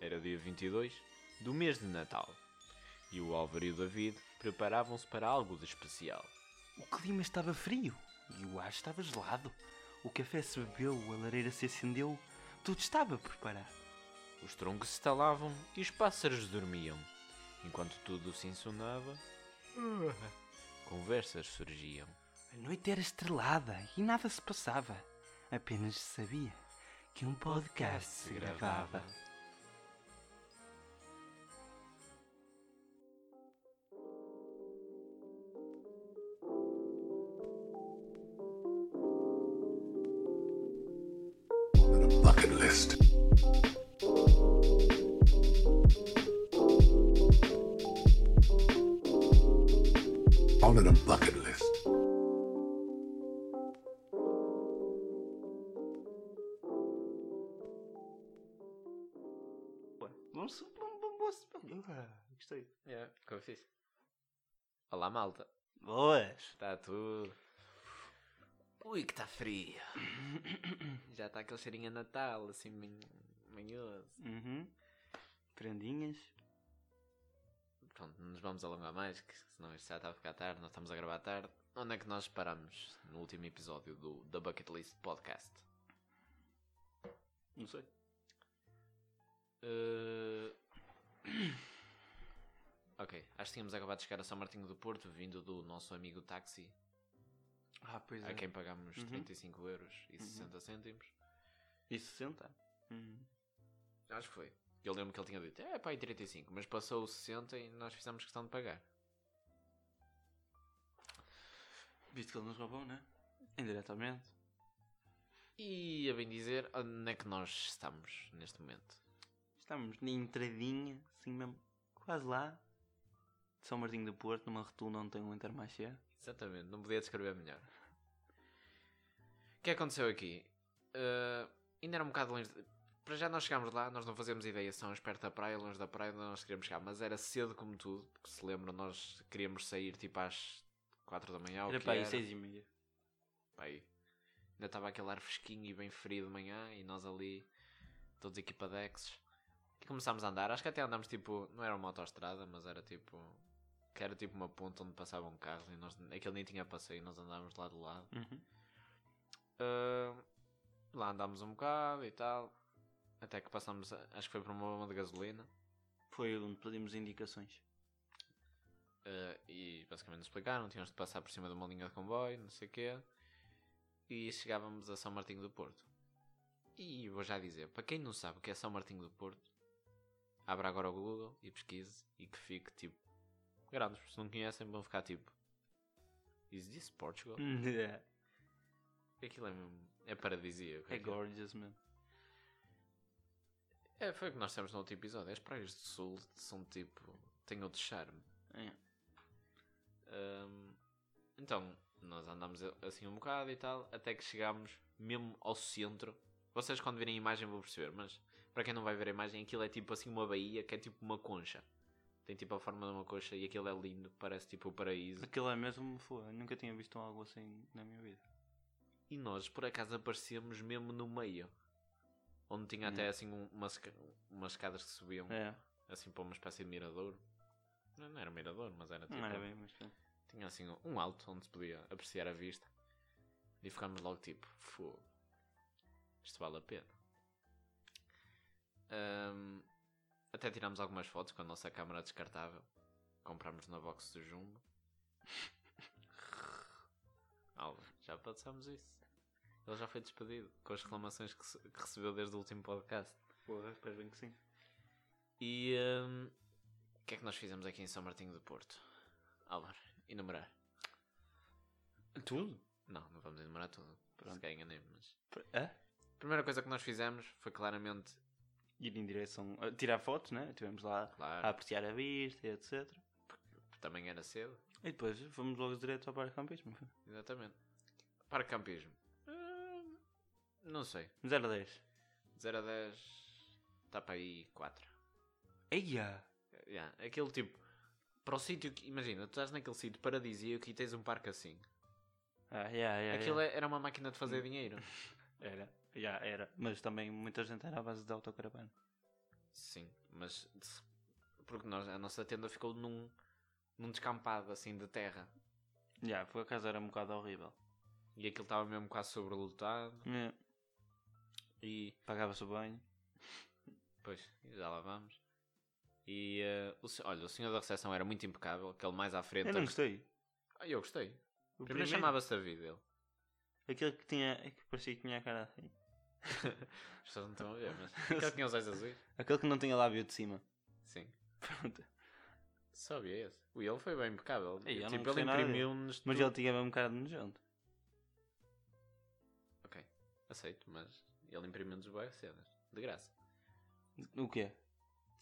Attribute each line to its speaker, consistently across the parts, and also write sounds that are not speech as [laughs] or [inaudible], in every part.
Speaker 1: Era dia 22 do mês de Natal. E o Álvaro e o David preparavam-se para algo de especial.
Speaker 2: O clima estava frio e o ar estava gelado. O café se bebeu, a lareira se acendeu, tudo estava preparado.
Speaker 1: Os troncos se estalavam e os pássaros dormiam. Enquanto tudo se
Speaker 2: [laughs]
Speaker 1: ensunava, conversas surgiam.
Speaker 2: A noite era estrelada e nada se passava. Apenas se sabia que um podcast se gravava.
Speaker 3: bucket list. On a bucket list.
Speaker 2: Vamos, vamos, vamos, vamos. Ah, Gostei.
Speaker 1: Yeah, como fiz? Olá, malta.
Speaker 2: Boas.
Speaker 1: Está tudo. Ui, que está frio. [coughs] Já está aquele cheirinho a Natal, assim, man- manhoso.
Speaker 2: Uhum. Prendinhas.
Speaker 1: Pronto, não nos vamos alongar mais, que senão isto já está a ficar tarde, nós estamos a gravar tarde. Onde é que nós paramos no último episódio do da Bucket List Podcast?
Speaker 2: Não sei.
Speaker 1: Eh, Ok, acho que tínhamos acabado de chegar a São Martinho do Porto, vindo do nosso amigo táxi,
Speaker 2: Ah, pois
Speaker 1: a
Speaker 2: é.
Speaker 1: quem pagámos 35 euros e 60 cêntimos.
Speaker 2: E 60? Hum.
Speaker 1: Acho que foi. Eu lembro que ele tinha dito, é pá, e 35, mas passou o 60 e nós fizemos questão de pagar.
Speaker 2: Visto que ele nos roubou, né? Indiretamente.
Speaker 1: E a bem dizer, onde é que nós estamos neste momento?
Speaker 2: Estávamos na entradinha, assim mesmo, quase lá. De São Martinho do Porto, numa rotunda onde tem um Intermarché.
Speaker 1: Exatamente, não podia descrever melhor. O que aconteceu aqui? Eh, ainda era um bocado longe. de- Para já nós chegámos lá, nós não fazíamos ideia, são perto da praia, longe da praia, onde nós queríamos chegar, mas era cedo como tudo, porque se lembram, nós queríamos sair tipo às 4 da manhã. ou o
Speaker 2: Era
Speaker 1: que
Speaker 2: para aí
Speaker 1: era.
Speaker 2: seis e meia.
Speaker 1: Pá, aí. Ainda estava aquele ar fresquinho e bem frio de manhã e nós ali, todos equipadexes. E começámos a andar. Acho que até andámos tipo, não era uma autoestrada, mas era tipo. Que era tipo uma ponta onde passavam carros e nós. Aquele nem tinha passeio e nós andávamos lá do lado.
Speaker 2: Uhum.
Speaker 1: Ah, lá andámos um bocado e tal. Até que passámos, a- acho que foi por uma bomba de gasolina.
Speaker 2: Foi onde pedimos [laughs] indicações.
Speaker 1: Eh, e basicamente nos explicaram, tínhamos de passar por cima de uma linha de comboio, não sei o quê, e chegávamos a São Martinho do Porto. E vou já dizer, para quem não sabe o que é São Martinho do Porto, abra agora o Google e pesquise e que fique tipo grandes, se não conhecem vão ficar tipo Is this Portugal?
Speaker 2: é
Speaker 1: Aquilo é, mesmo- é paradisíaco.
Speaker 2: é
Speaker 1: aquilo.
Speaker 2: gorgeous mesmo.
Speaker 1: É, foi o que nós temos no outro episódio. As praias do Sul são tipo. têm outro charme.
Speaker 2: É.
Speaker 1: Ahm, então, nós andámos a- assim um bocado e tal, até que chegámos mesmo ao centro. Vocês quando virem a imagem vão perceber, mas para quem não vai ver a imagem, aquilo é tipo assim uma baía que é tipo uma concha. Tem tipo a forma de uma concha e aquilo é lindo, parece tipo o paraíso.
Speaker 2: Aquilo é mesmo foi. Eu nunca tinha visto algo assim na minha vida.
Speaker 1: E nós por acaso aparecemos mesmo no meio. Onde tinha até assim um- umas, esca- umas escadas que subiam
Speaker 2: Hum. É.
Speaker 1: assim para uma espécie de mirador. Não não era um mirador, mas era tipo.
Speaker 2: Não era bem, mas foi.
Speaker 1: Tinha assim um alto onde se podia apreciar a vista. E ficámos logo tipo, fogo. Isto vale a pena. Ahm, até tirámos algumas fotos com a nossa câmara descartável. Comprámos na box do Jumbo. [laughs] Alva, já passamos isso. Ele já foi despedido com as reclamações que, se- que recebeu desde o último podcast.
Speaker 2: Porra, espero bem que sim.
Speaker 1: E hum, o que é que nós fizemos aqui em São Martinho do Porto? Álvaro, enumerar.
Speaker 2: Tudo?
Speaker 1: Não, não vamos enumerar tudo. Se
Speaker 2: Pronto.
Speaker 1: calhar enganei mas...
Speaker 2: Hã?
Speaker 1: A primeira coisa que nós fizemos foi claramente...
Speaker 2: Ir em direção. a Tirar fotos, né? Estivemos lá
Speaker 1: Claro.
Speaker 2: a apreciar a vista e etc. Ah.
Speaker 1: Também era cedo.
Speaker 2: E depois fomos logo direto ao parque campismo. [laughs] foi?
Speaker 1: Exatamente. Para campismo. Hum, não sei.
Speaker 2: 0 a 10.
Speaker 1: 0 a 10... Está para aí 4.
Speaker 2: Eia!
Speaker 1: Yeah, aquele tipo... Para o sítio que... Imagina, tu estás naquele sítio paradisíaco e tens um parque assim.
Speaker 2: Ah, yeah, yeah,
Speaker 1: Aquilo
Speaker 2: yeah. Hum.
Speaker 1: é- era uma máquina de fazer dinheiro.
Speaker 2: Era. Já era. Mas também muita gente era à base de autocaravana.
Speaker 1: Sim, mas se- porque nós, a nossa tenda ficou num, num descampado assim de terra
Speaker 2: Já, por acaso era um bocado horrível.
Speaker 1: e aquilo estava mesmo quase sobrelotado
Speaker 2: É,
Speaker 1: e
Speaker 2: Pagava-se o banho.
Speaker 1: pois já lá vamos. E eh, o, se- olha, o senhor da recepção era muito impecável, aquele mais à frente.
Speaker 2: Eu não gostei.
Speaker 1: Ah, eu gostei.
Speaker 2: O
Speaker 1: Primeiro, chamava-se David ele. [laughs]
Speaker 2: Aquele que tinha. é que parecia que tinha a cara assim.
Speaker 1: As pessoas não estão a ver,
Speaker 2: [laughs]
Speaker 1: mas aquele que tinha os olhos azuis.
Speaker 2: Aquele que não tinha lábio de cima. [laughs]
Speaker 1: Sim.
Speaker 2: Pronto.
Speaker 1: Só havia esse. O ele foi bem impecável.
Speaker 2: Ei, eu não
Speaker 1: tipo, ele
Speaker 2: gostei nada dele.
Speaker 1: imprimiu-nos.
Speaker 2: Mas
Speaker 1: tudo.
Speaker 2: ele tinha mesmo cara de nojento.
Speaker 1: Ok, aceito, mas ele imprimiu-nos boas cenas. De graça.
Speaker 2: O quê?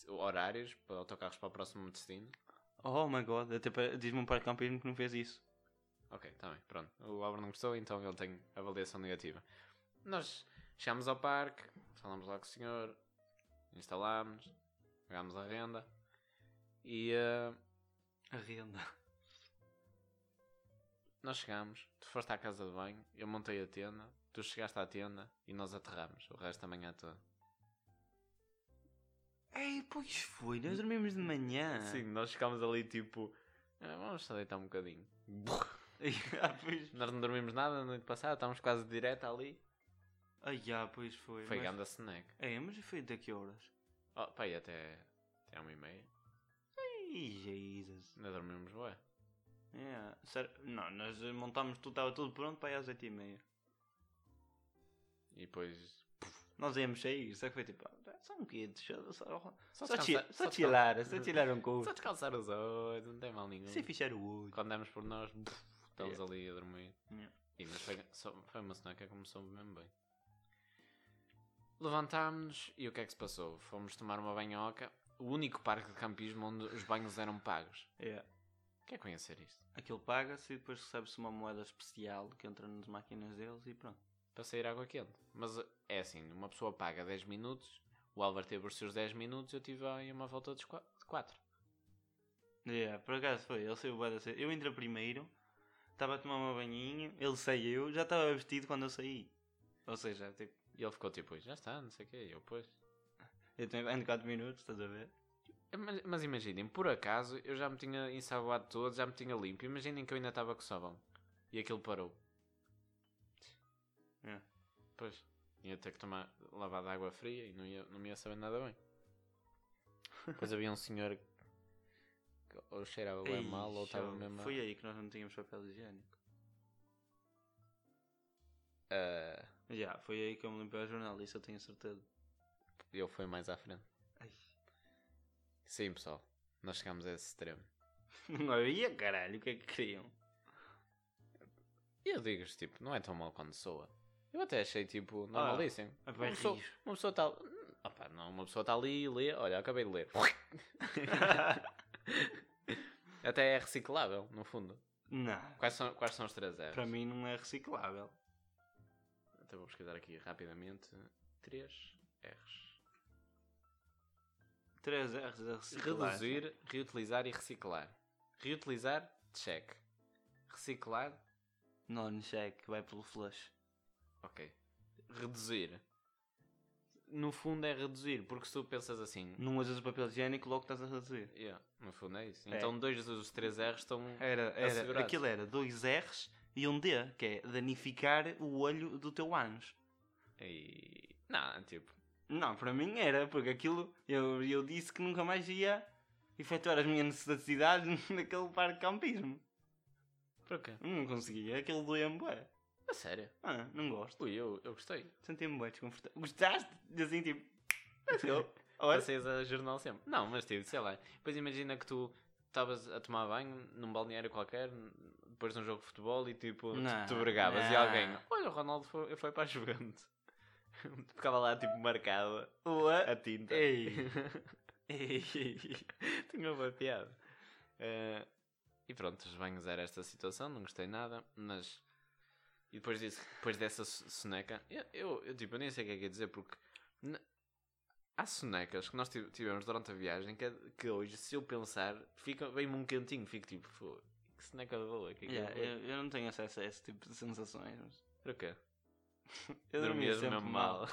Speaker 1: Horários para autocarros para o próximo destino.
Speaker 2: Oh my god, até pa- diz-me um paracampismo que não fez isso.
Speaker 1: Ok, está bem, pronto. O Álvaro não gostou, então ele tem avaliação negativa. Nós chegámos ao parque, falámos lá com o senhor, instalámos, pagámos a renda e eh,
Speaker 2: A renda.
Speaker 1: nós chegámos. Tu foste à casa de banho, eu montei a tenda, tu chegaste à tenda e nós aterramos o resto da manhã toda.
Speaker 2: Ei, pois foi, nós dormimos de manhã.
Speaker 1: Sim, nós ficámos ali tipo. "Ah, vamos só deitar um bocadinho.
Speaker 2: [laughs] Ai, ah, pois.
Speaker 1: Nós não dormimos nada na noite passada, estávamos quase direto ali.
Speaker 2: Ai, ah, pois foi.
Speaker 1: Foi
Speaker 2: mas-
Speaker 1: ganda snack.
Speaker 2: É, mas foi até que horas?
Speaker 1: Oh, pá, e até, até à uma e meia.
Speaker 2: Ai, Jesus.
Speaker 1: Ainda dormimos, ué.
Speaker 2: É, sério. Não, nós montámos tudo, estava tudo pronto para ir às 8h30.
Speaker 1: E depois.
Speaker 2: Nós íamos sair, só que foi tipo, ah, só um bocadinho, só, só, só,
Speaker 1: descansar-
Speaker 2: chi- só
Speaker 1: só
Speaker 2: chilar,
Speaker 1: descansar.
Speaker 2: só chilar um com o
Speaker 1: Só
Speaker 2: outro.
Speaker 1: descalçar os olhos, não tem mal nenhum.
Speaker 2: Sem fechar o olho.
Speaker 1: Quando demos por nós, estamos ali a dormir.
Speaker 2: Yeah.
Speaker 1: E, mas foi, só- foi uma cena que começou mesmo bem. Levantámos-nos e o que é que se passou? Fomos tomar uma banhoca, o único parque de campismo onde os banhos eram pagos.
Speaker 2: É.
Speaker 1: Quer conhecer isto?
Speaker 2: Aquilo paga-se e depois recebe-se uma moeda especial que entra nas máquinas deles e pronto.
Speaker 1: Para sair água quente. Mas é assim, uma pessoa paga 10 minutos, o Álvaro teve os seus 10 minutos, eu tive aí uma volta de 4.
Speaker 2: É, por acaso foi, ele saiu bué da cedo. Eu entrei primeiro, estava a tomar um banhinho, ele saiu, já estava vestido quando eu saí. Ou seja, tipo,
Speaker 1: E ele ficou tipo, já está, não sei o quê, e eu pois.
Speaker 2: eu tenho ando 4 minutos, estás a ver?
Speaker 1: Mas, mas imaginem, por acaso eu já me tinha ensaboado todo, já me tinha limpo. Imaginem que eu ainda estava com sabão e aquilo parou.
Speaker 2: É.
Speaker 1: Pois, ia ter que tomar lavada de água fria e não, ia, não me ia saber nada bem. Depois havia um senhor que ou cheirava bem
Speaker 2: Ei,
Speaker 1: mal ou estava
Speaker 2: chão,
Speaker 1: mesmo. a-
Speaker 2: Foi aí que nós não tínhamos papel higiênico.
Speaker 1: Ah,
Speaker 2: Já, foi aí que eu me limpei ao jornal, isso eu tenho certeza.
Speaker 1: eu fui mais à frente.
Speaker 2: Ai. [laughs]
Speaker 1: Sim, pessoal, nós chegámos a esse extremo.
Speaker 2: Não havia caralho, o que é que queriam? [laughs]
Speaker 1: E eu digo-vos, tipo, não é tão mal quando soa. Eu até achei, tipo, normalíssimo.
Speaker 2: Ah,
Speaker 1: uma,
Speaker 2: vai
Speaker 1: pessoa,
Speaker 2: rir.
Speaker 1: uma pessoa está... Opa, não, uma pessoa está ali e lê... Olha, acabei de ler. até é reciclável, no fundo.
Speaker 2: não,
Speaker 1: Quais são, quais são os três R's?
Speaker 2: para mim não é reciclável.
Speaker 1: Até vou pesquisar aqui rapidamente. Três R's.
Speaker 2: 3 R's a reciclar.
Speaker 1: Reduzir, reutilizar e reciclar. Reutilizar, check. Reciclar,
Speaker 2: Non-check, vai pelo flush.
Speaker 1: ok. Reduzir. No fundo é reduzir, porque se tu pensas assim...
Speaker 2: Não usas o papel higiênico, logo estás a reduzir.
Speaker 1: Yeah, no fundo é isso.
Speaker 2: É.
Speaker 1: Então dois dos três R's estão...
Speaker 2: Era, era,
Speaker 1: Assegurados.
Speaker 2: aquilo era dois R's e um D, que é danificar o olho do teu anjo.
Speaker 1: E... Não, tipo...
Speaker 2: Não, para mim era, porque aquilo eu, eu disse que nunca mais ia efetuar as minhas necessidades [laughs] naquele parque de campismo.
Speaker 1: Porquê?
Speaker 2: Não conseguia, aquilo doia-me bué.
Speaker 1: A sério?
Speaker 2: Ah, não gosto.
Speaker 1: Ui, eu, eu gostei.
Speaker 2: Senti-me bué desconfortável. Gostaste? Assim, tipo, let's go. Olha,
Speaker 1: Vocês a jornal sempre. Não, mas tipo, sei lá. Depois imagina que tu estavas a tomar banho num balneário qualquer, depois de um jogo de futebol e tipo,
Speaker 2: Não,
Speaker 1: tu bregavas e
Speaker 2: não.
Speaker 1: alguém... Olha, o Ronaldo foi, foi para a Juventus. [laughs] Ficava lá tipo marcado a
Speaker 2: Ua.
Speaker 1: tinta.
Speaker 2: Ei.
Speaker 1: [laughs]
Speaker 2: Ei.
Speaker 1: Tinha uma piada. Eh, e pronto, os banhos era esta situação, não gostei nada, mas. E depois disso, depois dessa so- soneca, eu, eu, eu, tipo, eu nem sei o que é que é dizer, porque na- há sonecas que nós ti- tivemos durante a viagem que, é, que hoje, se eu pensar, fica vem-me um cantinho, fico tipo, "Fô, que soneca boa, que é que
Speaker 2: [laughs] Yeah,
Speaker 1: eu vou?"
Speaker 2: eu, eu não tenho acesso a esse tipo de sensações. mas-
Speaker 1: Para quê?
Speaker 2: Eu dormia
Speaker 1: Dormias
Speaker 2: sempre
Speaker 1: [laughs] mesmo
Speaker 2: mal.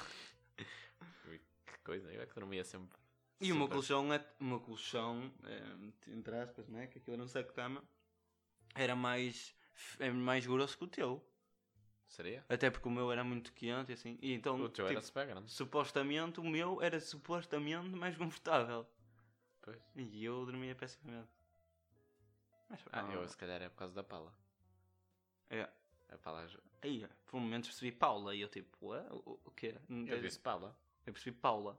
Speaker 1: Ui, que coisa, eu é que dormia sempre
Speaker 2: E o meu
Speaker 1: Super.
Speaker 2: colchão, é- o meu colchão, eh, entre aspas, né? Que aquilo era um saco de cama, era mais, é mais grosso que o teu.
Speaker 1: Seria?
Speaker 2: Até porque o meu era muito quente e assim. E então,
Speaker 1: O teu
Speaker 2: tipo,
Speaker 1: era super grande.
Speaker 2: supostamente, o meu era supostamente mais confortável.
Speaker 1: Pois.
Speaker 2: E eu dormia pessimamente. Mas,
Speaker 1: Ah,
Speaker 2: pronto.
Speaker 1: eu se calhar é por causa da pala.
Speaker 2: É.
Speaker 1: A pala ajuda.
Speaker 2: Aí, por momentos percebi Paula e eu tipo, "Ué? o, o quê? Não
Speaker 1: Eu
Speaker 2: tens-
Speaker 1: disse pala.
Speaker 2: eu percebi Paula.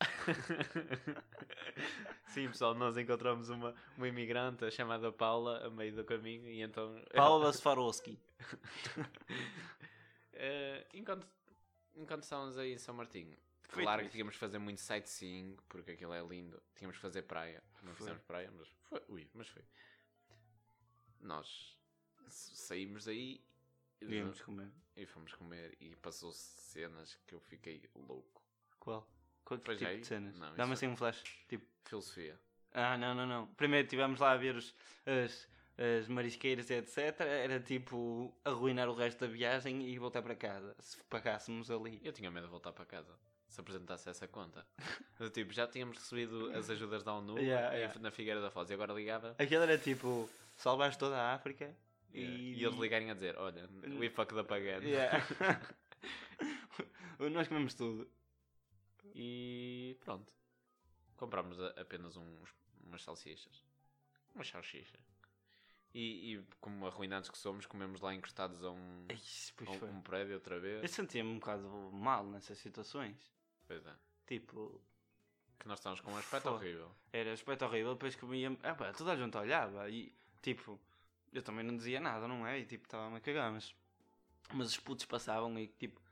Speaker 1: [laughs] Sim, pessoal, nós encontramos uma, uma imigrante chamada Paula a meio do caminho e então.
Speaker 2: Paula Swarovski.
Speaker 1: Eh, enquanto, enquanto estávamos aí em São Martinho,
Speaker 2: Foi
Speaker 1: claro que
Speaker 2: triste.
Speaker 1: tínhamos que fazer muito sightseeing, porque aquilo é lindo. Tínhamos que fazer praia. Não
Speaker 2: Foi.
Speaker 1: fizemos praia, mas foi. Ui, mas foi. Nós s- saímos daí e-
Speaker 2: Viemos comer.
Speaker 1: e fomos comer e passou cenas que eu fiquei louco.
Speaker 2: Qual? Qual que
Speaker 1: Pois
Speaker 2: tipo
Speaker 1: é,
Speaker 2: de cenas?
Speaker 1: não,
Speaker 2: Dá-me
Speaker 1: isso-
Speaker 2: assim um flash. Tipo,
Speaker 1: Filosofia.
Speaker 2: ah, não, não, não. Primeiro estivemos lá a ver os, as, as marisqueiras e etc. Era tipo arruinar o resto da viagem e voltar para casa. Se pagássemos ali.
Speaker 1: Eu tinha medo de voltar para casa se apresentasse essa
Speaker 2: [laughs]
Speaker 1: conta. Do tipo, já tínhamos recebido as ajudas da ONU
Speaker 2: Yeah,
Speaker 1: eh,
Speaker 2: yeah.
Speaker 1: na Figueira da Foz e agora ligava
Speaker 2: Aquilo era tipo, salvaste toda a África
Speaker 1: eh,
Speaker 2: e...
Speaker 1: e eles ligarem a dizer: Olha, we fucked up again.
Speaker 2: Yeah. [laughs] Nós comemos tudo.
Speaker 1: [laughs] Hum. E pronto. Comprámos a- apenas uns, umas salsichas. Uma salsicha. E, e como arruinados que somos, comemos lá encostados a um,
Speaker 2: Ixi,
Speaker 1: a
Speaker 2: pois
Speaker 1: um,
Speaker 2: foi.
Speaker 1: um prédio outra vez.
Speaker 2: Eu sentia-me um bocado mal nessas situações.
Speaker 1: Pois é.
Speaker 2: Tipo,
Speaker 1: Que nós estávamos com um aspecto
Speaker 2: Foda.
Speaker 1: horrível.
Speaker 2: era aspecto horrível, depois comia. Ah, pá, toda a gente olhava e, tipo, eu também não dizia nada, não é? E, tipo, estava-me a cagar, mas. Mas os putos passavam e, tipo,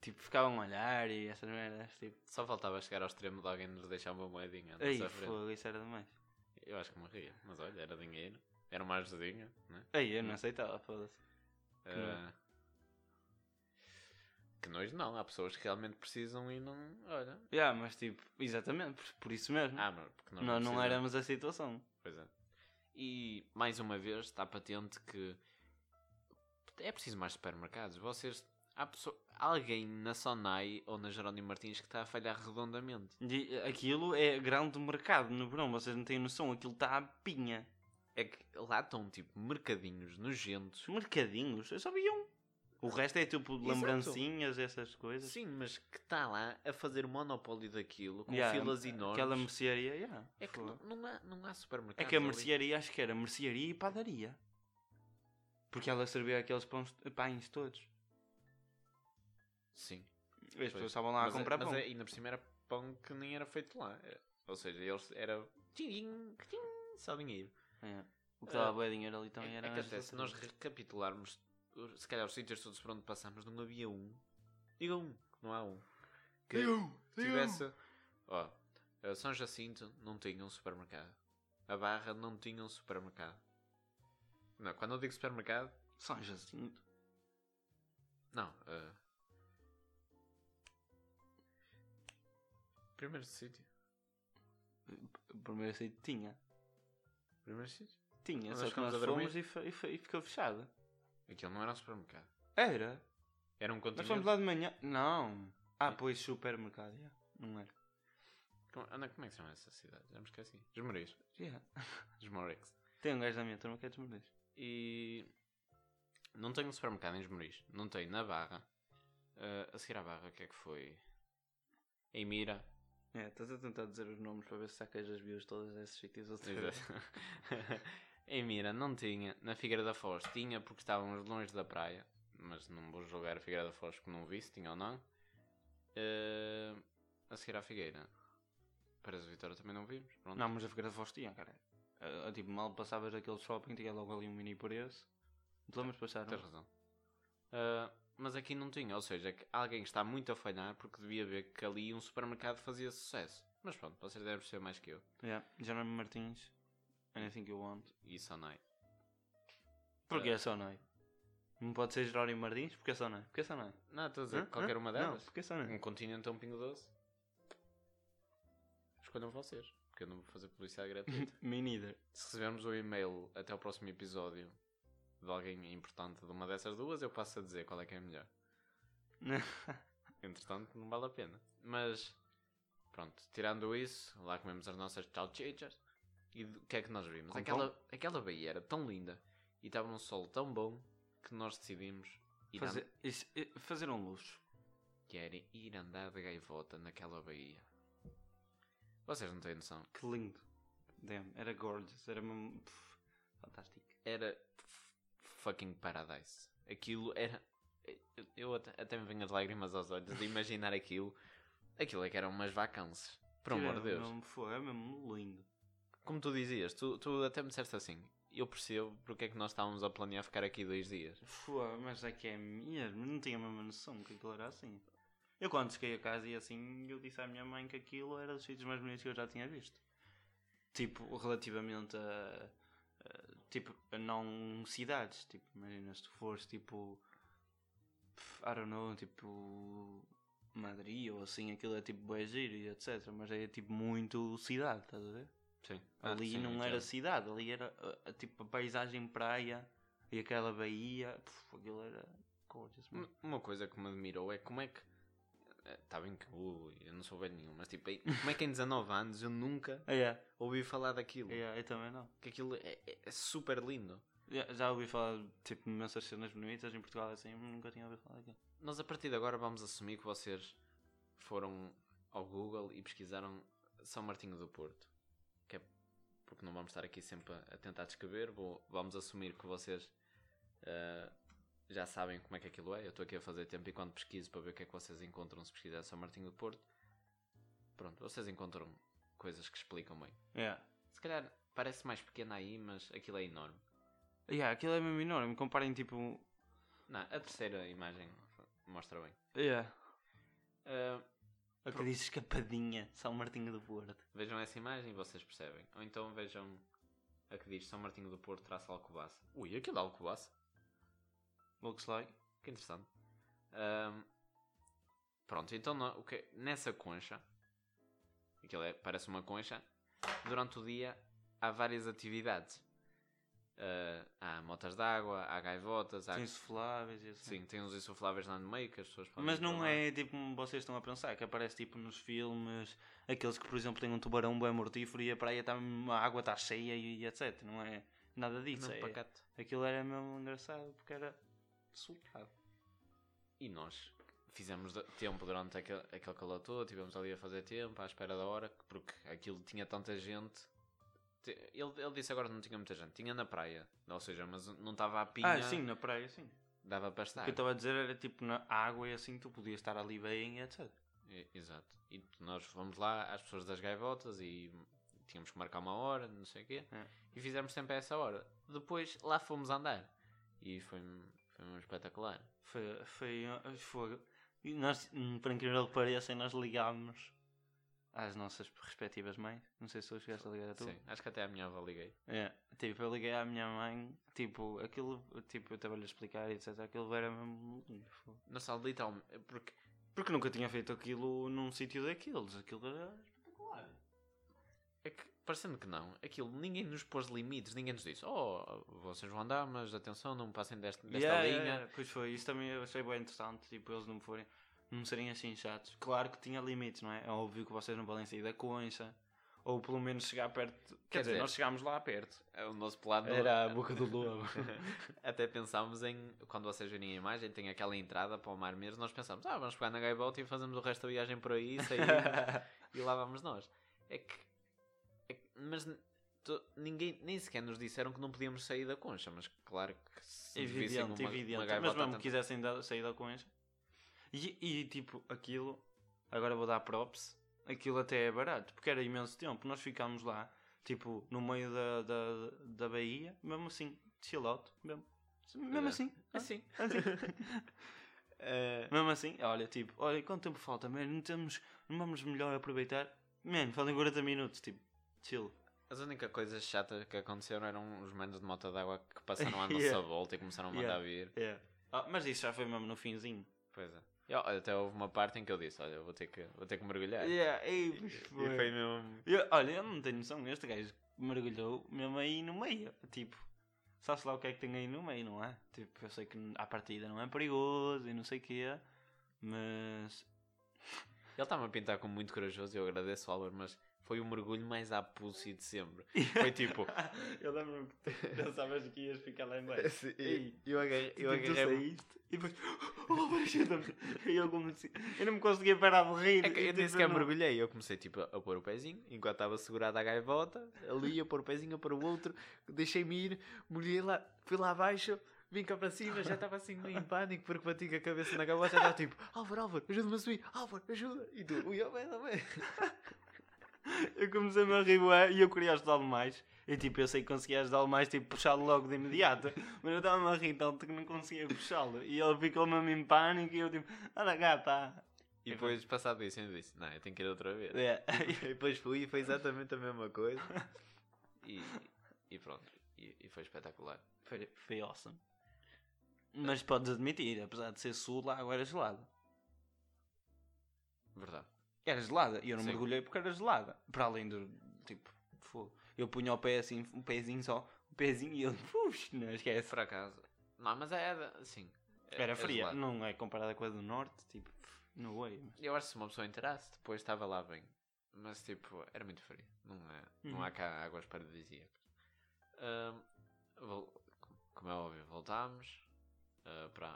Speaker 2: tipo ficavam a olhar e essas merdas, tipo.
Speaker 1: Só faltava chegar ao extremo de alguém nos deixar uma moedinha. à
Speaker 2: Ei,
Speaker 1: nossa frente.
Speaker 2: fogo, isso era demais.
Speaker 1: Eu acho que morria, mas olha, era dinheiro, era uma ajudinha, né?
Speaker 2: Ei, eu não aceitava, foda-se.
Speaker 1: Que,
Speaker 2: nojo.
Speaker 1: que nojo não, há pessoas que realmente precisam e não. Olha.
Speaker 2: Yeah, mas, tipo, exatamente, por, por isso mesmo.
Speaker 1: Ah, mas porque nós
Speaker 2: Hum. não, não
Speaker 1: precisamos.
Speaker 2: éramos a situação.
Speaker 1: Pois é. E mais uma vez está patente que é preciso mais supermercados. Vocês. Há pessoa, alguém na Sonai ou na Jerónimo Martins que está a falhar redondamente.
Speaker 2: E aquilo é grande mercado no verão, vocês não têm noção, aquilo está à pinha.
Speaker 1: É que lá estão tipo mercadinhos nojentos.
Speaker 2: Mercadinhos, eu só vi um. O resto é tipo lembrancinhas, essas coisas.
Speaker 1: Sim, mas que está lá a fazer o monopólio daquilo com
Speaker 2: Yeah,
Speaker 1: filas enormes.
Speaker 2: Aquela mercearia, yeah,
Speaker 1: É que
Speaker 2: fogo.
Speaker 1: não, não há, não há supermercado.
Speaker 2: É que a mercearia, acho que era mercearia e padaria. Porque ela servia aqueles pães, pães todos.
Speaker 1: Sim.
Speaker 2: As pessoas estavam lá
Speaker 1: mas,
Speaker 2: a comprar
Speaker 1: mas
Speaker 2: pão.
Speaker 1: é- ainda por cima era pão que nem era feito lá. É, Ou seja, eles era. Tchim, tchim, só dinheiro.
Speaker 2: É. O que
Speaker 1: É.
Speaker 2: dava bué dinheiro ali também
Speaker 1: É,
Speaker 2: era...
Speaker 1: é que
Speaker 2: nas
Speaker 1: até se nós
Speaker 2: outras.
Speaker 1: recapitularmos, se calhar os sítios todos por onde passámos, não havia um. Diga um, não há um. Que tivesse. Ó, a São Jacinto não tinha um supermercado. A Barra não tinha um supermercado. Não, quando eu digo supermercado,
Speaker 2: São Jacinto.
Speaker 1: Não. eh, Primeiro sítio.
Speaker 2: O primeiro sítio tinha.
Speaker 1: Primeiro sítio.
Speaker 2: Tinha,
Speaker 1: Nós
Speaker 2: só que
Speaker 1: fomos
Speaker 2: nós
Speaker 1: a dormir.
Speaker 2: fomos e, fe- e fe- e ficou fechado.
Speaker 1: Aquilo não era um supermercado.
Speaker 2: Era.
Speaker 1: Era um
Speaker 2: Nós
Speaker 1: continente.
Speaker 2: fomos lá de manhã. Não. Ah,
Speaker 1: Sim.
Speaker 2: pois, supermercado, yeah. Não é. era.
Speaker 1: Como, anda, como é que se chama essa cidade? Já me esqueci. Esmoriz.
Speaker 2: Yeah.
Speaker 1: Esmorex.
Speaker 2: Tem um gajo da minha turma que é desmordês.
Speaker 1: E... Não tenho um supermercado em Esmoriz. Não tenho na Barra. Eh, a seguir à Barra, o que é que foi? Em Mira.
Speaker 2: É, estás a tentar dizer os nomes para ver se sacas as views todas desses sítios outra [laughs] vez.
Speaker 1: Exato. [laughs] em Mira não tinha. Na Figueira da Foz tinha porque estávamos longe da praia. Mas não vou julgar a Figueira da Foz porque não vi se tinha ou não. Eh, a seguir à Figueira. Para de Vitória também não vimos. Pronto.
Speaker 2: Não, mas a Figueira da Foz tinha, cara. Ah, tipo, mal passavas daquele shopping, tinha logo ali um mini preço. Não te lembras de passar? não?
Speaker 1: Tens razão. Eh, mas aqui não tinha. Ou seja, que alguém está muito a falhar porque devia ver que ali um supermercado fazia sucesso. Mas pronto, vocês devem ser mais que eu.
Speaker 2: Yeah. Jeremy Martins, É assim Anything You Want.
Speaker 1: E Sonai.
Speaker 2: Porque é só não. Não pode ser Jerónimo Martins, porque é só não. Porque é só não.
Speaker 1: Não, estou a dizer, qualquer uma delas.
Speaker 2: Não, porque é só
Speaker 1: Um
Speaker 2: não.
Speaker 1: continente é um pingo doce. Escolham vocês, porque eu não vou fazer publicidade
Speaker 2: [laughs]
Speaker 1: gratuita.
Speaker 2: Me neither.
Speaker 1: Se recebermos o e-mail até ao próximo episódio de alguém importante de uma dessas duas, eu passo a dizer qual é
Speaker 2: [laughs]
Speaker 1: que é a melhor. Entretanto, não vale a pena. Mas, Pronto, tirando isso, lá comemos as nossas salchichas. E do- o que é que nós vimos?
Speaker 2: Com
Speaker 1: Aquela, aquela baía era tão linda e estava um sol tão bom que nós decidimos ir an-
Speaker 2: Fazer, isso- eh, fazer um luxo.
Speaker 1: que era ir andar de gaivota naquela baía. Vocês não têm noção.
Speaker 2: Que lindo. Damn, era gorgeous. Era mesmo. pff, fantástico.
Speaker 1: Era f- fucking paradise. Aquilo era. eu- Eu até, até me venho as lágrimas aos olhos de imaginar aquilo. Aquilo é que eram umas vacances. Por amor de
Speaker 2: Era
Speaker 1: Deus.
Speaker 2: Mesmo, foi, era mesmo lindo.
Speaker 1: Como tu dizias, tu, tu até me disseste assim. Eu percebo porque é que nós estávamos a planear ficar aqui dois dias.
Speaker 2: Foi, mas é que é mesmo. Não tinha a mesma noção que aquilo era assim. Eu quando cheguei a casa e assim, eu disse à minha mãe que aquilo era dos sítios mais bonitos que eu já tinha visto. Tipo, relativamente a. a- tipo, a não cidades. Tipo, imagina se tu fores tipo. pff, I don't know, tipo. Madrid ou assim, aquilo é tipo bué giro e etc. Mas é tipo muito cidade, estás a ver?
Speaker 1: Ah, Sim.
Speaker 2: Ali não era assim. cidade, ali era uh, uh, tipo a paisagem praia e aquela baía. Puf, aquilo era gorgeous, mano.
Speaker 1: Uma- Uma coisa que me admirou é como é que. Está bem que eu, eu não sou velho nenhum, mas tipo, aí- como é que em 19 anos eu nunca
Speaker 2: Ah, yeah,
Speaker 1: ouvi falar daquilo?
Speaker 2: yeah, eu também não.
Speaker 1: Que aquilo é, é- é super lindo.
Speaker 2: Yeah, já ouvi falar tipo imensas cenas bonitas em Portugal assim, mas nunca tinha ouvido falar daquilo.
Speaker 1: Nós a partir de agora vamos assumir que vocês foram ao Google e pesquisaram São Martinho do Porto. Que é porque não vamos estar aqui sempre a- a tentar descrever. Vou, vamos assumir que vocês ah, já sabem como é que aquilo é. Eu estou aqui a fazer tempo enquanto pesquiso para ver o que é que vocês encontram se pesquisar São Martinho do Porto. Pronto, vocês encontram coisas que explicam bem.
Speaker 2: Yeah.
Speaker 1: Se calhar parece mais pequena aí, mas aquilo é enorme.
Speaker 2: Yeah, aquilo é mesmo enorme, comparem tipo.
Speaker 1: Não, a terceira imagem mostra bem.
Speaker 2: Yeah.
Speaker 1: Ah,
Speaker 2: A que diz escapadinha, São Martinho do Porto.
Speaker 1: Vejam essa imagem e vocês percebem. Ou então vejam a que diz São Martinho do Porto traça Alcobaça. Ui, aquilo é Alcobaça.
Speaker 2: Looks like.
Speaker 1: Que interessante. Ahm, pronto, então no- o que- nessa concha, aquilo é, parece uma concha, durante o dia há várias atividades. Ah, há motas d'água, há gaivotas, há...
Speaker 2: Tem insufláveis e assim.
Speaker 1: Sim, tem uns insufláveis lá no meio que as pessoas podem
Speaker 2: Mas
Speaker 1: ir para
Speaker 2: não
Speaker 1: lá.
Speaker 2: é tipo como vocês estão a pensar, que aparece tipo nos filmes, aqueles que por exemplo têm um tubarão bem mortífero e a praia está, a água está cheia e, e etc. Não é nada disso.
Speaker 1: Não,
Speaker 2: é-
Speaker 1: pacato.
Speaker 2: aquilo era mesmo engraçado porque era soltado.
Speaker 1: E nós fizemos da- tempo durante aquele, aquele calor todo, estivemos ali a fazer tempo, à espera da hora, porque aquilo tinha tanta gente. Te- Ele, ele disse agora que não tinha muita gente, tinha na praia, ou seja, mas não estava a pinha,
Speaker 2: Ah, sim, na praia, sim.
Speaker 1: dava para
Speaker 2: O
Speaker 1: estar.
Speaker 2: que eu estava a dizer era tipo na água e assim tu podias estar ali bem e etc.
Speaker 1: E- Exato. E nós fomos lá às pessoas das gaivotas e tínhamos que marcar uma hora, não sei o quê,
Speaker 2: É.
Speaker 1: e fizemos sempre a essa hora. Depois lá fomos andar e foi, foi mesmo espetacular.
Speaker 2: Foi, foi, eh, fogo. E nós, hum, por incrível que pareça, nós ligámos às nossas respectivas mães. Não sei se tu chegaste a ligar a tu.
Speaker 1: Sim, acho que até a minha avó liguei.
Speaker 2: É, tipo, eu liguei à minha mãe, tipo, aquilo, tipo, eu estava-lhe a explicar, etc, aquilo era mesmo lindo, fogo.
Speaker 1: Nós só literalmente, porque
Speaker 2: Porque nunca tinha feito aquilo num sítio daqueles, aquilo era espetacular.
Speaker 1: É que, parecendo que não, aquilo, ninguém nos pôs limites, ninguém nos disse, oh, vocês vão andar, mas atenção, não passem deste, desta
Speaker 2: Yeah,
Speaker 1: linha.
Speaker 2: yeah, yeah, Pois foi, isso também eu achei bem interessante, tipo, eles não forem, não serem assim chatos. Claro que tinha limites, não é? É óbvio que vocês não podem sair da concha, ou pelo menos chegar perto, quer,
Speaker 1: Quer
Speaker 2: dizer,
Speaker 1: dizer,
Speaker 2: nós chegámos lá perto.
Speaker 1: É O nosso plano
Speaker 2: Era a boca do [laughs] lobo.
Speaker 1: [laughs] Até pensámos em, quando vocês virem a imagem, tem aquela entrada para o Mar Meiros, nós pensámos, ah, vamos pegar na gaivota e fazemos o resto da viagem por aí,
Speaker 2: [laughs]
Speaker 1: saímos e lá vamos nós. É que, é que- mas n- to- ninguém, nem sequer nos disseram que não podíamos sair da concha, mas claro que se vissem
Speaker 2: Evidente,
Speaker 1: uma,
Speaker 2: evidente.
Speaker 1: uma
Speaker 2: mas
Speaker 1: gaivota...
Speaker 2: mesmo
Speaker 1: tanto-
Speaker 2: que quisessem dar, sair da concha. E, e tipo, aquilo. Agora vou dar props. Aquilo até é barato, porque era imenso tempo. Nós ficámos lá, tipo, no meio da, da, da Bahia, mesmo assim, chill out, mesmo. Mesmo
Speaker 1: É.
Speaker 2: assim, [laughs]
Speaker 1: Assim.
Speaker 2: assim. mesmo assim, olha, tipo, olha, quanto tempo falta, man? Não temos, não vamos melhor aproveitar? Man, faltam 40 minutos, tipo, chill.
Speaker 1: As únicas coisas chatas que aconteceram eram os manos de moto d'água que passaram à nossa
Speaker 2: [laughs] Yeah.
Speaker 1: volta e começaram a mandar
Speaker 2: Yeah.
Speaker 1: vir.
Speaker 2: É. Ah, mas isso já foi mesmo no finzinho.
Speaker 1: Pois é. E, ó, até houve uma parte em que eu disse, olha, eu vou ter que, vou ter que mergulhar.
Speaker 2: Yeah, ei,
Speaker 1: E,
Speaker 2: pois
Speaker 1: É. e foi mesmo...
Speaker 2: Eu- olha, eu não tenho noção, este gajo mergulhou mesmo aí no meio. Tipo, sabe-se lá o que é que tem aí no meio, não é? Tipo, eu sei [laughs] que n- à partida não é perigoso e não sei o quê, mas
Speaker 1: Ele estava a pintar como muito corajoso e eu agradeço, Álvaro, mas foi o mergulho mais à pulse de sempre. Foi tipo.
Speaker 2: eu lembro-me que tu [laughs] pensavas que ias ficar lá embaixo.
Speaker 1: Sim,
Speaker 2: Ei,
Speaker 1: eu agarrei. [laughs] Eu
Speaker 2: tipo, tu
Speaker 1: agarrei
Speaker 2: saíste e depois. [gasps] Oh, mas ajuda-me. [laughs] E eu como assim- Eu não me conseguia parar de rir.
Speaker 1: é que
Speaker 2: E,
Speaker 1: eu nem
Speaker 2: tipo,
Speaker 1: sequer
Speaker 2: não-
Speaker 1: mergulhei. Eu comecei tipo a pôr o pezinho, enquanto estava segurada a gaivota, ali a pôr o pezinho, a pôr o outro, deixei-me ir, molhei lá, fui lá abaixo. Vim cá para cima, já estava assim meio em pânico porque bati com a cabeça na gaivota já estava tipo Álvaro, Álvaro, ajuda-me a subir, Álvaro, ajuda! E tu, ui, oh, bem, oh, bem.
Speaker 2: Eu comecei-me a rir bué e eu queria ajudá-lo mais. E tipo, eu sei que conseguia ajudá-lo mais, tipo, puxá-lo logo de imediato. Mas eu estava-me a rir tanto que não conseguia puxá-lo. E ele ficou mesmo em pânico e eu tipo, anda cá, pá.
Speaker 1: E depois, passado isso, eu disse: Não, eu tenho que ir outra vez.
Speaker 2: É. [laughs]
Speaker 1: E depois fui e foi exatamente a mesma coisa. E, e pronto. E, e foi espetacular.
Speaker 2: Foi, foi awesome. Mas podes admitir, apesar de ser sul, lá agora é gelado.
Speaker 1: Verdade.
Speaker 2: Era gelada. E eu não
Speaker 1: Sim.
Speaker 2: mergulhei porque era gelada. Para além do, tipo, fogo. Eu punha o pé assim, um pezinho só, um pezinho e eu, puxa, não esquece.
Speaker 1: Por acaso. Não, mas era assim. é-
Speaker 2: Era
Speaker 1: é
Speaker 2: fria.
Speaker 1: gelado.
Speaker 2: Não é comparada com a do norte, tipo, no way. mas-
Speaker 1: Eu acho que se uma pessoa entrasse, depois estava lá bem. Mas tipo, era muito frio. Não, é, não
Speaker 2: Uhum.
Speaker 1: há cá águas paradisíacas. Ahm, vol- como é óbvio, voltámos ah, para,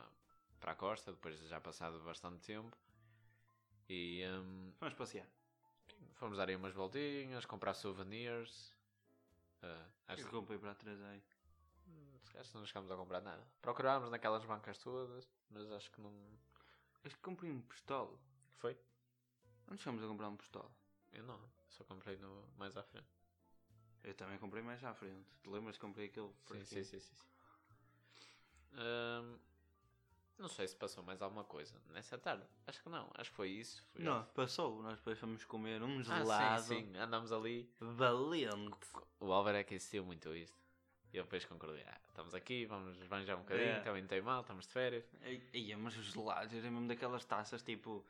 Speaker 1: para a costa, depois de já passado bastante tempo. E ahm,
Speaker 2: Vamos passear.
Speaker 1: Fomos dar aí umas voltinhas, comprar souvenirs. Ah, acho,
Speaker 2: Eu
Speaker 1: que,
Speaker 2: comprei para trás aí.
Speaker 1: acho que não chegámos a comprar nada. Procurámos naquelas bancas todas, mas acho que não.
Speaker 2: Acho que comprei um pistol.
Speaker 1: Foi?
Speaker 2: Não chegamos a comprar um pistol.
Speaker 1: Eu não, só comprei no, mais à frente.
Speaker 2: Eu também comprei mais à frente. Te lembras que comprei aquele?
Speaker 1: Sim,
Speaker 2: fraquinho?
Speaker 1: sim, sim, sim. sim. Ahm, não sei se passou mais alguma coisa nessa tarde. Acho que não, acho que foi isso. Foi
Speaker 2: Não, passou. Nós depois fomos comer um
Speaker 1: Ah,
Speaker 2: gelado
Speaker 1: sim, sim, andamos ali.
Speaker 2: valente.
Speaker 1: O Álvaro aqueceu muito isto. E ele depois concluiu: ah, estamos aqui, vamos banjar um bocadinho,
Speaker 2: É.
Speaker 1: também não tem mal, estamos de férias.
Speaker 2: Ei, Ei, é, mas os gelados eram mesmo daquelas taças tipo.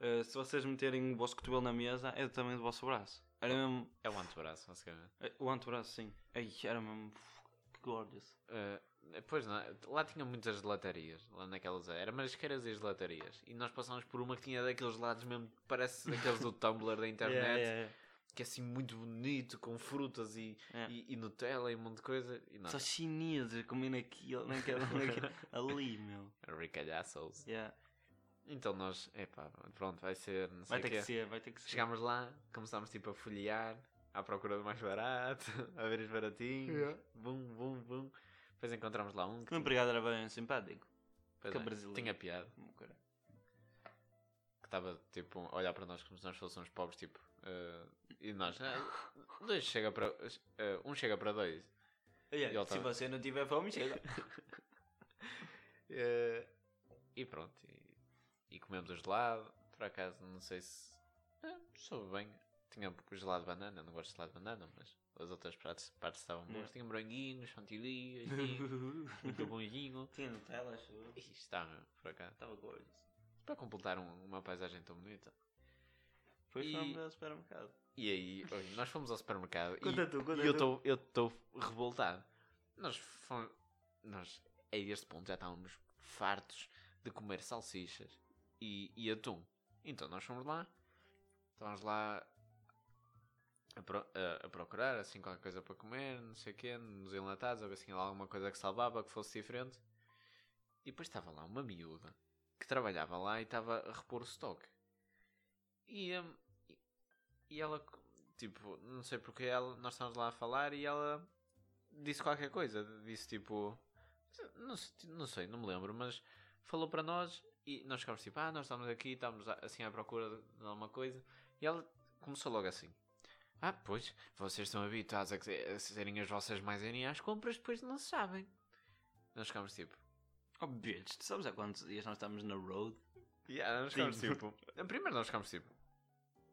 Speaker 2: eh, se vocês meterem o vosso cotovelo na mesa, é do tamanho do vosso braço. Era mesmo.
Speaker 1: É um antebraço, basicamente.
Speaker 2: eh, O antebraço, sim. Ei, era mesmo. f- Que gorgeous.
Speaker 1: Ah, pois não, lá tinha muitas gelatarias, lá naquelas era marisqueiras e gelatarias. E nós passámos por uma que tinha daqueles lados mesmo, parece daqueles do Tumblr [laughs] da internet, que é assim muito bonito, com frutas e,
Speaker 2: É.
Speaker 1: e, e Nutella e um monte de coisa. E nós,
Speaker 2: Só chineses comendo aquilo, naquela, naquela, ali, meu.
Speaker 1: ricalhaços.
Speaker 2: Yeah.
Speaker 1: Então nós, epá, pronto, vai ser, não sei
Speaker 2: Vai
Speaker 1: o
Speaker 2: ter que
Speaker 1: quê.
Speaker 2: ser, vai ter que ser.
Speaker 1: Chegámos lá, começámos tipo a folhear, à procura do mais barato, [laughs] a ver os baratinhos,
Speaker 2: Yeah.
Speaker 1: bum, bum, bum. Depois encontramos lá um que
Speaker 2: O empregado era bem simpático.
Speaker 1: pois
Speaker 2: que
Speaker 1: é,
Speaker 2: brasileiro.
Speaker 1: tinha piada. que estava tipo a olhar para nós como se nós fôssemos pobres, tipo, eh, e nós, ah, dois chega para, eh, um chega para dois.
Speaker 2: Yeah,
Speaker 1: Ele
Speaker 2: se
Speaker 1: tá-
Speaker 2: você não tiver fome, [laughs] chega.
Speaker 1: Eh, e pronto, e, e comemos o gelado, por acaso, não sei se, ah, soube bem, tinha o gelado de banana, não gosto de gelado de banana, mas as outras partes, partes estavam boas,
Speaker 2: Yeah.
Speaker 1: tinha moranguinhos, chantilly,
Speaker 2: [laughs]
Speaker 1: assim, muito bonzinho,
Speaker 2: Tinha Nutella, chuva.
Speaker 1: e está, meu, por acaso,
Speaker 2: Estava gordo.
Speaker 1: para completar um- uma paisagem tão bonita.
Speaker 2: Depois
Speaker 1: E-
Speaker 2: fomos ao supermercado.
Speaker 1: E aí, olha, nós fomos ao supermercado e,
Speaker 2: um Conta tu, conta
Speaker 1: e eu
Speaker 2: tu.
Speaker 1: estou eu estou revoltado. Nós fomos, nós a este ponto já estávamos fartos de comer salsichas e, e atum. Então nós fomos lá, estávamos lá a, pro- a- a procurar assim qualquer coisa para comer, não sei o quê, nos enlatados, a ver se tinha lá alguma coisa que salvava, que fosse diferente. E depois estava lá uma miúda que trabalhava lá e estava a repor o estoque. E, hum, e- e ela, tipo, não sei porque ela, nós estávamos lá a falar e ela disse qualquer coisa. Disse tipo, não, se- não sei, não me lembro, mas falou para nós e nós ficámos tipo, ah, nós estamos aqui, estamos a- assim à procura de alguma coisa. E ela começou logo assim. Ah, pois, vocês estão habituados a, que- a serem as vossas mais irem às compras, depois não sabem. Nós ficámos tipo,
Speaker 2: Oh, bitch, tu sabes há quantos dias nós estamos na road?
Speaker 1: Yeah, nós
Speaker 2: Sim.
Speaker 1: ficámos
Speaker 2: [laughs]
Speaker 1: tipo. Primeiro nós ficámos tipo.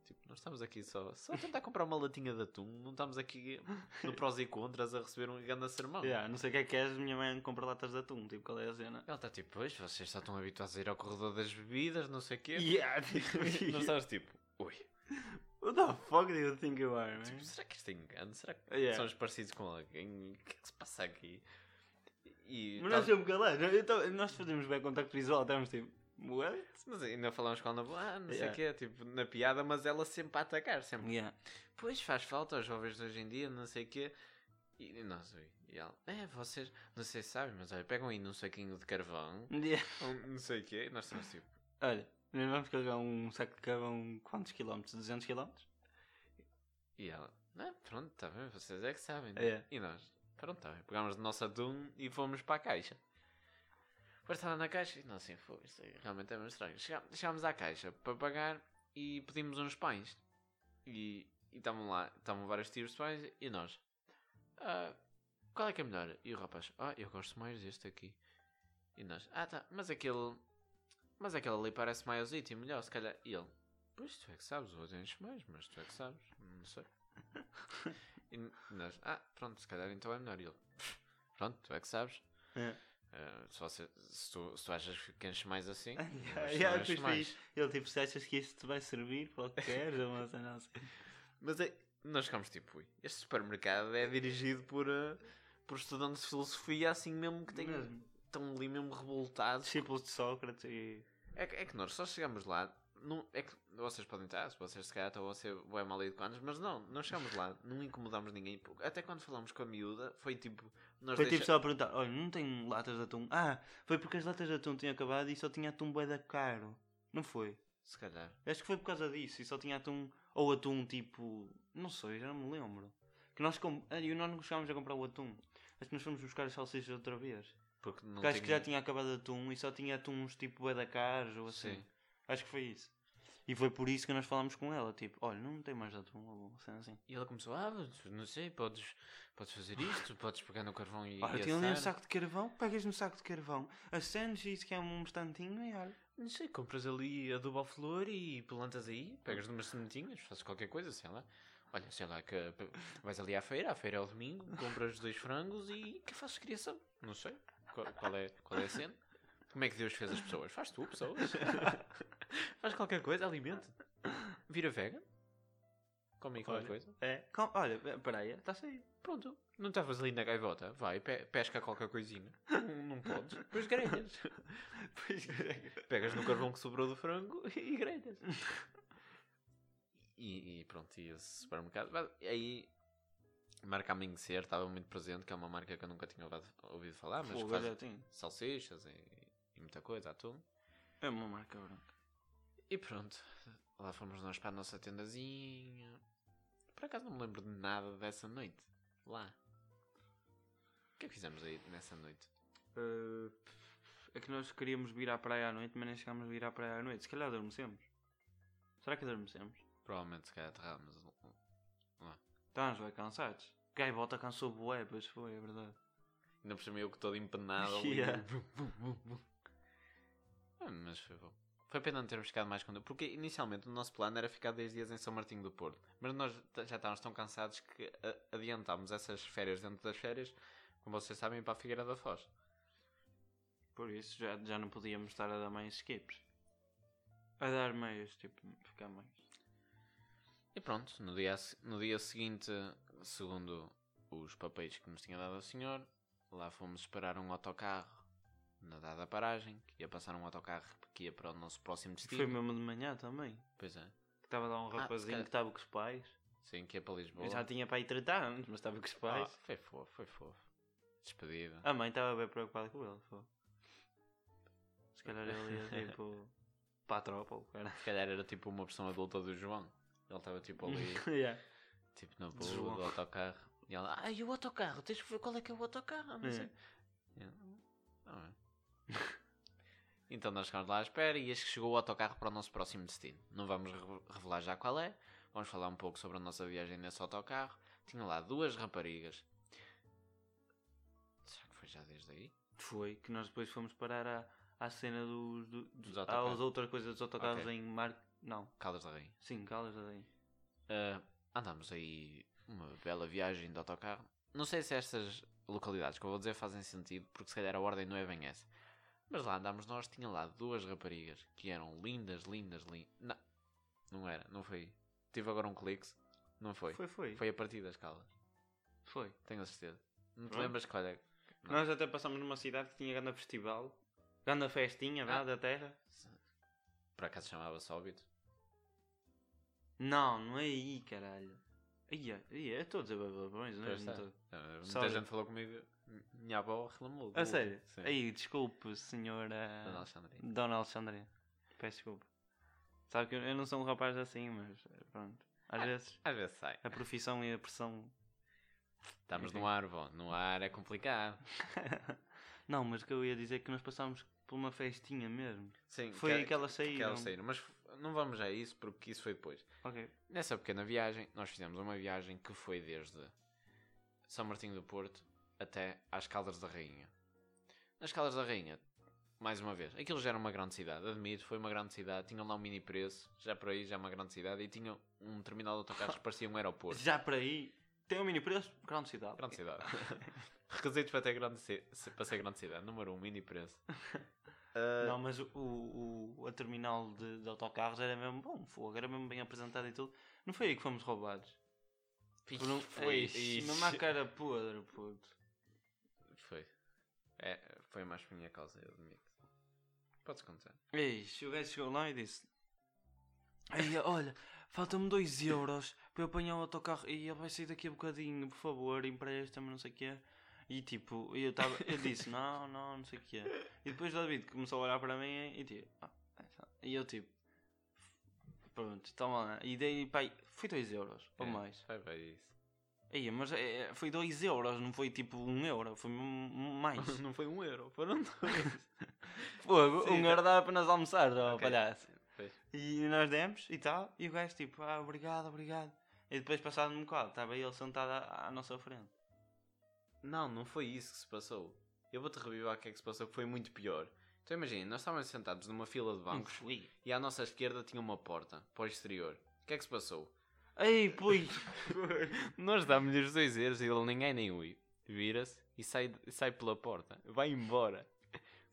Speaker 1: Tipo, nós estamos aqui só, só a tentar comprar uma latinha de atum, não estamos aqui no prós e contras a receber um grande sermão.
Speaker 2: Yeah, não sei o que é que és, minha mãe compra latas de atum, tipo, qual é a cena?
Speaker 1: Ela está tipo, pois, vocês só estão habituados a ir ao corredor das bebidas, não sei o quê.
Speaker 2: [laughs] Yeah, tipo,
Speaker 1: [laughs] Nós estamos tipo, ui,
Speaker 2: what the fuck do you think you are, man? Oh,
Speaker 1: tipo, será que isto é engano? Será que
Speaker 2: Uhum. Yeah.
Speaker 1: somos parecidos com alguém? O que é que se passa aqui? E
Speaker 2: Mas nós
Speaker 1: tava- tá-
Speaker 2: somos galera, nós fazemos bem contacto visual, estamos tipo, What?
Speaker 1: Mas ainda falamos com ela na boa, ah, não
Speaker 2: Yeah.
Speaker 1: sei o quê, tipo, na piada, mas ela sempre a atacar, sempre.
Speaker 2: Yeah.
Speaker 1: Pois faz falta aos jovens de hoje em dia, não sei o quê. E e nós, e ela, é, vocês, não sei se sabem, mas olha, pegam aí num saquinho de carvão,
Speaker 2: Yeah.
Speaker 1: um, não sei o quê, e nós estamos tipo,
Speaker 2: Olha, nós vamos carregar um saco de carvão quantos quilómetros? 200 quilómetros?
Speaker 1: e ela, ah, pronto, está bem, vocês é que sabem.
Speaker 2: É.
Speaker 1: E nós, pronto, está bem, pegámos o nosso atum e fomos para a caixa. Depois estava na caixa e nós assim, foi, isto é- realmente é meio estranho. Chegá- Chegámos à caixa para pagar e pedimos uns pães. E e estavam lá, estavam vários tipos de pães e nós, "Ah, qual é que é melhor? E o rapaz, ah, eu gosto mais deste aqui. E nós, ah tá, mas aquele, mas aquele ali parece maiorzinho e melhor, se calhar. E ele, pois tu é que sabes, hoje enche mais, mas tu é que sabes, não
Speaker 2: [laughs]
Speaker 1: sei. e nós, ah, pronto, se calhar então é melhor. E ele, pronto, tu é que sabes.
Speaker 2: É.
Speaker 1: Ah, se, você- se tu, se tu achas que enche mais assim,
Speaker 2: Ah, [laughs] yeah,
Speaker 1: enche
Speaker 2: yeah,
Speaker 1: mais,
Speaker 2: depois
Speaker 1: enche
Speaker 2: foi
Speaker 1: mais.
Speaker 2: isso. Ele tipo, se achas que isso te vai servir para o que queres? ou uma cena assim.
Speaker 1: Mas é, nós ficámos tipo, ui, este supermercado é dirigido por, eh, por estudantes de filosofia, assim mesmo que têm,
Speaker 2: Mesmo.
Speaker 1: estão ali mesmo revoltados.
Speaker 2: Discípulos de Sócrates e.
Speaker 1: É, que- é que nós só chegamos lá, não, é que vocês podem estar, se vocês se calhar estão a ser bem mal educados, mas não, nós chegamos lá, não incomodamos ninguém. pô, Até quando falámos com a miúda, foi tipo, nós
Speaker 2: Foi tipo
Speaker 1: deixa-
Speaker 2: só a perguntar: olha, não tem latas de atum? Ah, foi porque as latas de atum tinham acabado e só tinha atum bué da caro. Não foi?
Speaker 1: se calhar.
Speaker 2: Acho que foi por causa disso e só tinha atum. Ou atum tipo. Não sei, já não me lembro. Que nós com... ah, e nós não chegámos a comprar o atum. Acho que nós fomos buscar as salsichas outra vez.
Speaker 1: Porque não
Speaker 2: Porque acho que já
Speaker 1: tinha-
Speaker 2: tinha acabado atum e só tinha atuns tipo bué da caros ou assim.
Speaker 1: Sim.
Speaker 2: Acho que foi isso. E foi por isso que nós falámos com ela, tipo, olha, não tem mais atum, ou uma cena assim.
Speaker 1: E ela começou, ah, mas não sei, podes, podes fazer isto, podes pegar no carvão e.
Speaker 2: Olha,
Speaker 1: e
Speaker 2: tem ali um
Speaker 1: assar.
Speaker 2: saco de carvão, pegas no saco de carvão, acendes isso que é um instantinho
Speaker 1: [laughs]
Speaker 2: e olha.
Speaker 1: Não sei, compras ali adubo à flor e plantas aí, pegas umas sementinhas, fazes qualquer coisa, sei lá. Olha, sei lá, que p- vais ali à feira, à feira é ao domingo, compras dois frangos e que fazes criação. Não sei qual, qual é, qual é a cena. Como é que Deus fez as pessoas? Faz tu, pessoas. Faz qualquer coisa, alimenta. Vira vegan. Come aí qualquer
Speaker 2: Olha.
Speaker 1: coisa.
Speaker 2: É, com, olha, é, peraí, está saído.
Speaker 1: Pronto. Não estavas ali na gaivota? Vai, pe- pesca qualquer coisinha. Não, não podes. Depois grelhas.
Speaker 2: Pois é.
Speaker 1: Pegas no carvão que sobrou do frango [laughs] e grelhas. E, e pronto, e esse supermercado. Mas Aí, a marca Amanhecer estava muito presente, que é uma marca que eu nunca tinha ouvido- ouvido falar, Ah, mas que
Speaker 2: Fogo,
Speaker 1: faz
Speaker 2: já tem.
Speaker 1: salsichas e, e muita coisa, atum.
Speaker 2: É uma marca branca.
Speaker 1: E pronto, lá fomos nós para a nossa tendazinha. Por acaso não me lembro de nada dessa noite. Lá. O que é que fizemos aí nessa noite?
Speaker 2: Uh, é que nós queríamos vir à praia à noite, mas nem chegámos a vir à praia à noite. Se calhar adormecemos. Será que adormecemos?
Speaker 1: Provavelmente se calhar um, aterrámos.
Speaker 2: Estamos bem cansados. Gaivota cansou bué, pois foi, é verdade.
Speaker 1: Ainda por cima eu que todo empenado ali.
Speaker 2: Yeah.
Speaker 1: Ah, mas foi bom. Foi pena não termos ficado mais com... Porque inicialmente o nosso plano era ficar 10 dias em São Martinho do Porto. Mas nós t- já estávamos tão cansados que a- adiantámos essas férias dentro das férias, como vocês sabem, para a Figueira da Foz.
Speaker 2: Por isso já, já não podíamos estar a dar mais skips. A dar meios, tipo, ficar mais.
Speaker 1: E pronto, no dia, a se- no dia seguinte, segundo os papéis que nos tinha dado o senhor, lá fomos esperar um autocarro na dada paragem, que ia passar um autocarro que ia para o nosso próximo
Speaker 2: E foi
Speaker 1: destino.
Speaker 2: mesmo de manhã também.
Speaker 1: Pois é.
Speaker 2: Que estava lá um
Speaker 1: se
Speaker 2: rapazinho
Speaker 1: calhar.
Speaker 2: que estava com os pais.
Speaker 1: Sim, que ia para Lisboa.
Speaker 2: Eu já tinha para ir tratar anos, mas estava com os
Speaker 1: Ah,
Speaker 2: pais.
Speaker 1: foi fofo, foi fofo. Despedida.
Speaker 2: A mãe estava bem preocupada com ele. Pô. Se calhar ele
Speaker 1: [laughs]
Speaker 2: ia tipo para a tropa, o cara.
Speaker 1: Se calhar era tipo uma versão adulta do João. Ele estava tipo ali,
Speaker 2: [laughs] yeah.
Speaker 1: tipo na
Speaker 2: De João.
Speaker 1: boa do autocarro. E ela, ah, e o autocarro? Tens que ver qual é que é o autocarro? Não
Speaker 2: É.
Speaker 1: sei. E eu, "Ah, bem." [laughs] então nós ficámos lá à espera e este que chegou o autocarro para o nosso próximo destino. Não vamos re- revelar já qual é. Vamos falar um pouco sobre a nossa viagem nesse autocarro. Tinha lá duas raparigas. Será que foi já desde aí?
Speaker 2: Foi que nós depois fomos parar à, à cena dos. Do,
Speaker 1: Dos
Speaker 2: dos
Speaker 1: autocarros.
Speaker 2: às outras coisas dos autocarros
Speaker 1: Ok.
Speaker 2: em Mar. Não,
Speaker 1: Caldas da Rainha.
Speaker 2: sim, Caldas da Rainha.
Speaker 1: Ah, andámos aí uma bela viagem de autocarro. Não sei se estas localidades que eu vou dizer fazem sentido, porque se calhar a ordem não é bem essa. Mas lá andámos nós, tinha lá duas raparigas que eram lindas, lindas, lindas. Não, não era, não foi. Tive agora um clique, não foi.
Speaker 2: Foi, foi.
Speaker 1: Foi a partir das caldas,
Speaker 2: Foi.
Speaker 1: tenho a certeza. Não te
Speaker 2: Pronto.
Speaker 1: lembras qual é? Não.
Speaker 2: Nós até passámos numa cidade que tinha grande festival Grande festinha, vá,
Speaker 1: Ah.
Speaker 2: da terra.
Speaker 1: Por acaso chamava-se Óbito?
Speaker 2: Não, não é aí, caralho. Ia, ia, eu estou a dizer babões, não é?
Speaker 1: Pois
Speaker 2: Não
Speaker 1: está.
Speaker 2: tô-
Speaker 1: Ah, Muita
Speaker 2: Sorry.
Speaker 1: gente falou comigo. "M- Minha avó reclamou. do
Speaker 2: A
Speaker 1: último."
Speaker 2: sério?
Speaker 1: Sim.
Speaker 2: Aí, desculpe, senhora.
Speaker 1: Dona Alexandrina.
Speaker 2: Dona Alexandria. Peço desculpa. Sabe que eu- eu não sou um rapaz assim, mas eh, pronto. Às
Speaker 1: Ah.
Speaker 2: vezes
Speaker 1: Às vezes sai.
Speaker 2: a profissão e a pressão. [laughs]
Speaker 1: Estamos
Speaker 2: Enfim.
Speaker 1: no ar, bom. No ar é complicado.
Speaker 2: não, mas o que eu ia dizer é que nós passámos por uma festinha mesmo.
Speaker 1: Sim,
Speaker 2: Foi
Speaker 1: que-
Speaker 2: aquela
Speaker 1: que-
Speaker 2: saída.
Speaker 1: Aquela saída. Mas f- não vamos a isso porque isso foi depois.
Speaker 2: Ok.
Speaker 1: Nessa pequena viagem, nós fizemos uma viagem que foi desde São Martinho do Porto até às Caldas da Rainha. Nas Caldas da Rainha, mais uma vez, aquilo já era uma grande cidade, admito, foi uma grande cidade, tinham lá um mini preço, já por aí já é uma grande cidade, e tinham um terminal de autocarros que parecia um aeroporto.
Speaker 2: Já para aí. Tem um mini preço? Grande cidade.
Speaker 1: Grande cidade. [laughs] Requisitos para, ter grande ci- se- para ser grande cidade, número um, mini preço.
Speaker 2: Não, mas o, o, a terminal de, de autocarros era mesmo bom, fogo, era mesmo bem apresentado e tudo. Não foi aí que fomos roubados. Por um...
Speaker 1: Foi.
Speaker 2: Eixe, Mesmo à cara podre, puto.
Speaker 1: Foi. É, foi mais por minha causa, eu admito. Podes contar.
Speaker 2: Eixe, o gajo chegou lá e disse: Ei, olha, faltam-me 2 euros para eu apanhar o autocarro. E ele vai sair daqui a bocadinho, por favor, empresta-me, não sei o quê. E tipo, eu, tava, eu disse: Não, não, não sei o quê. E depois o David começou a olhar para mim e tipo, "Ah, é só." E eu tipo, Pronto, toma lá. E dei, pai, foi 2 euros ou
Speaker 1: É,
Speaker 2: mais.
Speaker 1: Foi bem [laughs] isso.
Speaker 2: Aí, mas é, é, foi 2 euros, não foi tipo 1 um euro, foi m- m-
Speaker 1: [laughs]
Speaker 2: mais.
Speaker 1: Não foi um euro, foram [laughs] dois.
Speaker 2: Fogo,
Speaker 1: Sim,
Speaker 2: um
Speaker 1: tá.
Speaker 2: euro dá apenas almoçar, ó
Speaker 1: Ok.
Speaker 2: palhaço.
Speaker 1: Pois.
Speaker 2: E nós demos e tal, e o gajo tipo, ah, obrigado, obrigado. E depois passado um bocado, estava ele sentado à, à nossa frente.
Speaker 1: não, não foi isso que se passou. Eu vou-te revivar o que é que se passou, que foi muito pior. Então imagina, nós estávamos sentados numa fila de
Speaker 2: Não
Speaker 1: bancos
Speaker 2: fui.
Speaker 1: e à nossa esquerda tinha uma porta para o exterior. O que é que se [laughs] passou?
Speaker 2: Ei, pois.
Speaker 1: nós dámos-lhe os dois euros e ele ninguém nem ui. Vira-se e sai, sai pela porta. Vai embora.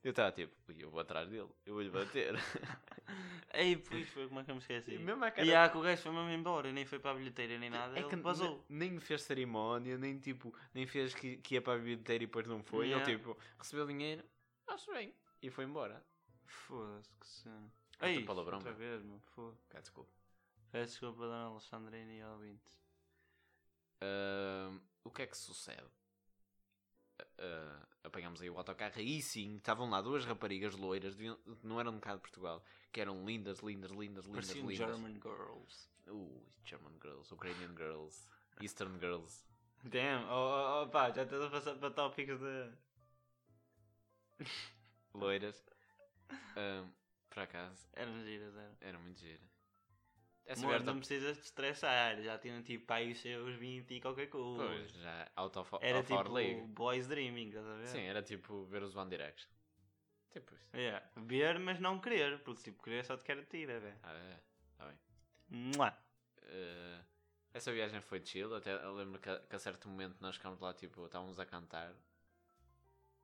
Speaker 1: Eu estava tipo, "Ui, eu vou atrás dele, eu vou-lhe [laughs] bater.
Speaker 2: [laughs] Ei, pois, foi como é que eu me esqueci.
Speaker 1: E mesmo à cara
Speaker 2: E há que o gajo foi mesmo embora, nem foi para a bilheteira nem nada,
Speaker 1: É que
Speaker 2: ele vazou.
Speaker 1: ne- nem fez cerimónia, nem tipo, nem fez que, que ia para a bilheteira e depois não foi.
Speaker 2: Yeah.
Speaker 1: Ele tipo, recebeu dinheiro, acho bem, e foi embora.
Speaker 2: Foda-se, que cena.
Speaker 1: Outro
Speaker 2: Ei,
Speaker 1: palavrão,
Speaker 2: outra
Speaker 1: meu.
Speaker 2: vez, meu, foda.
Speaker 1: Cá, desculpa.
Speaker 2: Peço desculpa, Dona Alexandrina e ouvintes.
Speaker 1: Ahm, o que é que sucede? Ah, ah, apanhámos aí o autocarro, e sim, estavam lá duas raparigas loiras, deviam- não eram um bocado de Portugal, que eram lindas, lindas, lindas, lindas,
Speaker 2: Pareciam
Speaker 1: lindas.
Speaker 2: um German Girls.
Speaker 1: Uh, German girls, Ukrainian girls, Eastern girls.
Speaker 2: Damn, oh, oh, oh pá, já estás a passar para tópicos de.
Speaker 1: Loiras. Ahm, por acaso,
Speaker 2: Eram giras, eram.
Speaker 1: era muito É gira.
Speaker 2: Amor,
Speaker 1: garota-
Speaker 2: não precisas te estressar, já tinham tipo aí os seus 20 e qualquer coisa.
Speaker 1: Pois, já auto
Speaker 2: Era tipo
Speaker 1: league.
Speaker 2: Boys Dreaming, estás a ver?
Speaker 1: Sim, era tipo ver os One Direction. Tipo isso.
Speaker 2: Yeah. Ver, mas não querer, porque tipo, querer só te quer tira, velho.
Speaker 1: Ah, é. Tá bem.
Speaker 2: Mua.
Speaker 1: Eh, essa viagem foi chill, até eu lembro que a, que a certo momento nós ficámos lá, tipo, estávamos a cantar.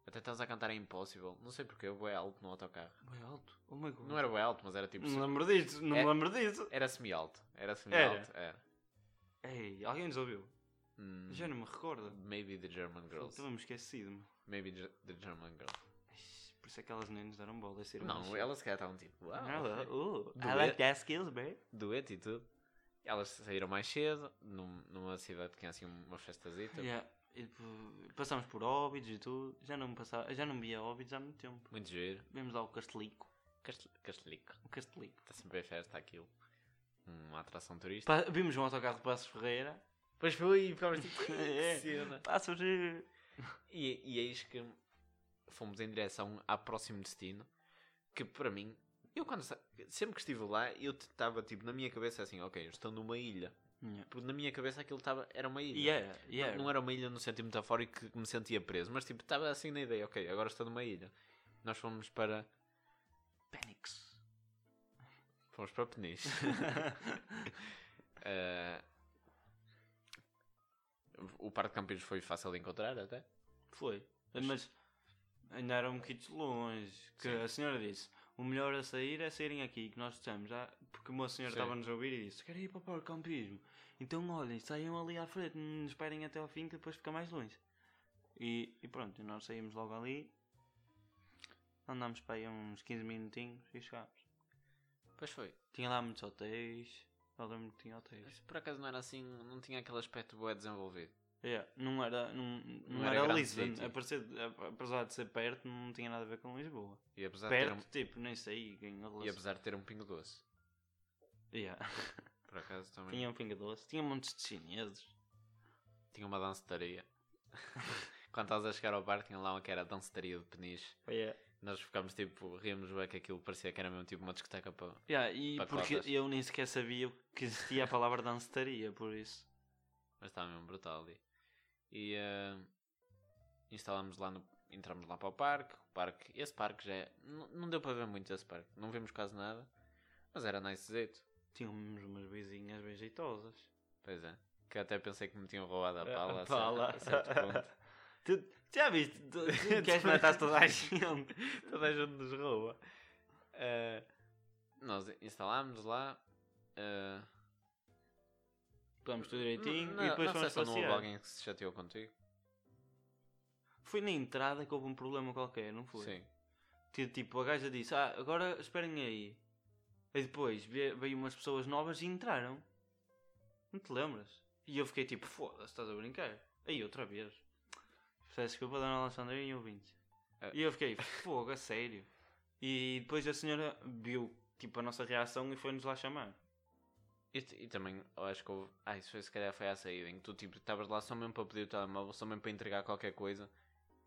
Speaker 1: Até estávamos a cantar a Impossible, não sei porque, eu bué alto no autocarro.
Speaker 2: Bem alto, oh my god.
Speaker 1: Não era bué alto, mas era tipo...
Speaker 2: Não me lembro disso, não
Speaker 1: É-
Speaker 2: me lembro disso.
Speaker 1: Era semi-alto, era semi-alto, era.
Speaker 2: Ei, alguém nos ouviu?
Speaker 1: Hum,
Speaker 2: Já não me recordo.
Speaker 1: maybe the German Girls.
Speaker 2: Estava-me esquecido, meu.
Speaker 1: Maybe ge- the German Girls.
Speaker 2: Ixi, Por isso é que elas nem nos deram bola, é ser
Speaker 1: Não, elas se calhar estavam tipo... "Uau,
Speaker 2: Ela, uh,
Speaker 1: Do
Speaker 2: I like that skills, babe.
Speaker 1: dueto e tudo. Elas saíram mais cedo, num- numa cidade que tinha assim uma festazita.
Speaker 2: Então. Yeah. E depois passámos por Óbidos e tudo. Já não, passava, já não via Óbidos há muito tempo.
Speaker 1: Muito giro.
Speaker 2: Vemos lá o Castelico.
Speaker 1: Castel- Castelico.
Speaker 2: O Um Castelico.
Speaker 1: Está sempre a festa aquilo. Uma atração turística.
Speaker 2: Pa- vimos um autocarro de Passos Ferreira.
Speaker 1: Depois foi e ficámos tipo...
Speaker 2: É.
Speaker 1: "Que cena."
Speaker 2: Passos Ferreira.
Speaker 1: E, e eis que fomos em direção ao próximo destino. Que para mim... Eu quando... sa- Sempre que estive lá, eu estava tipo na minha cabeça assim... Ok, eu estou numa ilha. Porque na minha cabeça aquilo estava... Era uma ilha.
Speaker 2: E era, e
Speaker 1: Não-
Speaker 2: era.
Speaker 1: Não é era uma ilha no sentido metafórico que me sentia preso, mas tipo, estava assim na ideia, ok, agora estou numa ilha. Nós fomos para.
Speaker 2: Penix. [laughs]
Speaker 1: Fomos para [laughs] Peniche. Eh, o Parque de Campinos foi fácil de encontrar até.
Speaker 2: Foi. Mas ainda era um bocadinho longe. Que a senhora disse: o melhor a sair é saírem aqui, que nós estamos. já Porque uma senhora
Speaker 1: Sim.
Speaker 2: estava-nos a ouvir e disse: quero ir para o parque de campismo. Então olhem, saiam ali à frente, não esperem até ao fim, que depois fica mais longe. E, e pronto, e nós saímos logo ali. Andámos para aí uns 15 minutinhos e chegámos.
Speaker 1: Pois foi.
Speaker 2: Tinha lá muitos hotéis. Eu lembro que tinha hotéis.
Speaker 1: Mas por acaso não era assim, não tinha aquele aspecto boa desenvolvido.
Speaker 2: Yeah, não era, não, não
Speaker 1: era
Speaker 2: era,
Speaker 1: grande
Speaker 2: Lisbon.
Speaker 1: sítio.
Speaker 2: Aparecer, a- apesar de ser perto, não tinha nada a ver com Lisboa.
Speaker 1: E apesar, de ter
Speaker 2: Perto,
Speaker 1: um,
Speaker 2: tipo, nem sei. Em
Speaker 1: e
Speaker 2: relação...
Speaker 1: apesar de ter um pingo doce.
Speaker 2: yeah.
Speaker 1: Por acaso [laughs] também.
Speaker 2: tinha um pinga doce. Tinha montes de chineses.
Speaker 1: Tinha uma dancetaria. [laughs] Quando estás a chegar ao bar, tinha lá uma que era a dancetaria de peniche.
Speaker 2: Yeah.
Speaker 1: Nós ficámos tipo, ríamos bem que aquilo parecia que era mesmo tipo uma discoteca para.
Speaker 2: Yeah, e
Speaker 1: Para
Speaker 2: porque
Speaker 1: cotas.
Speaker 2: eu nem sequer sabia que existia a palavra dancetaria, por isso.
Speaker 1: Mas estava mesmo brutal ali. E eh, instalámos lá no. Entramos lá para o parque. O parque. Esse parque já é. Não, não deu para ver muito esse parque. Não vimos quase nada. Mas era nicezito.
Speaker 2: Tínhamos umas vizinhas bem jeitosas.
Speaker 1: Pois é. Que eu até pensei que me tinham roubado a
Speaker 2: É, A-
Speaker 1: pala.
Speaker 2: a
Speaker 1: a cer- A certo ponto.
Speaker 2: tu, tu já viste?
Speaker 1: [laughs]
Speaker 2: Tu, tu queres matar toda a gente.
Speaker 1: Toda a gente nos rouba. Eh, nós instalámos lá. eh,
Speaker 2: Vamos tudo direitinho
Speaker 1: na-
Speaker 2: e depois
Speaker 1: na
Speaker 2: fomos
Speaker 1: sessão não houve
Speaker 2: passear.
Speaker 1: alguém que se chateou contigo?
Speaker 2: Foi na entrada que houve um problema qualquer, não foi?
Speaker 1: Sim.
Speaker 2: Que tipo, a gaja disse, ah, agora esperem aí. E depois ve- veio umas pessoas novas e entraram. Não te lembras? E eu fiquei tipo, foda-se, estás a brincar. Aí outra vez. Peço desculpa, Dona Alexandra e ouvintes.
Speaker 1: Ah.
Speaker 2: E eu fiquei, fogo, a sério. E depois a senhora viu, tipo, a nossa reação e foi-nos lá chamar.
Speaker 1: E, t- e também, eu acho que houve. Ah, isso foi, se calhar foi à saída em que tu tipo, estavas lá só mesmo para pedir o telemóvel, só mesmo para entregar qualquer coisa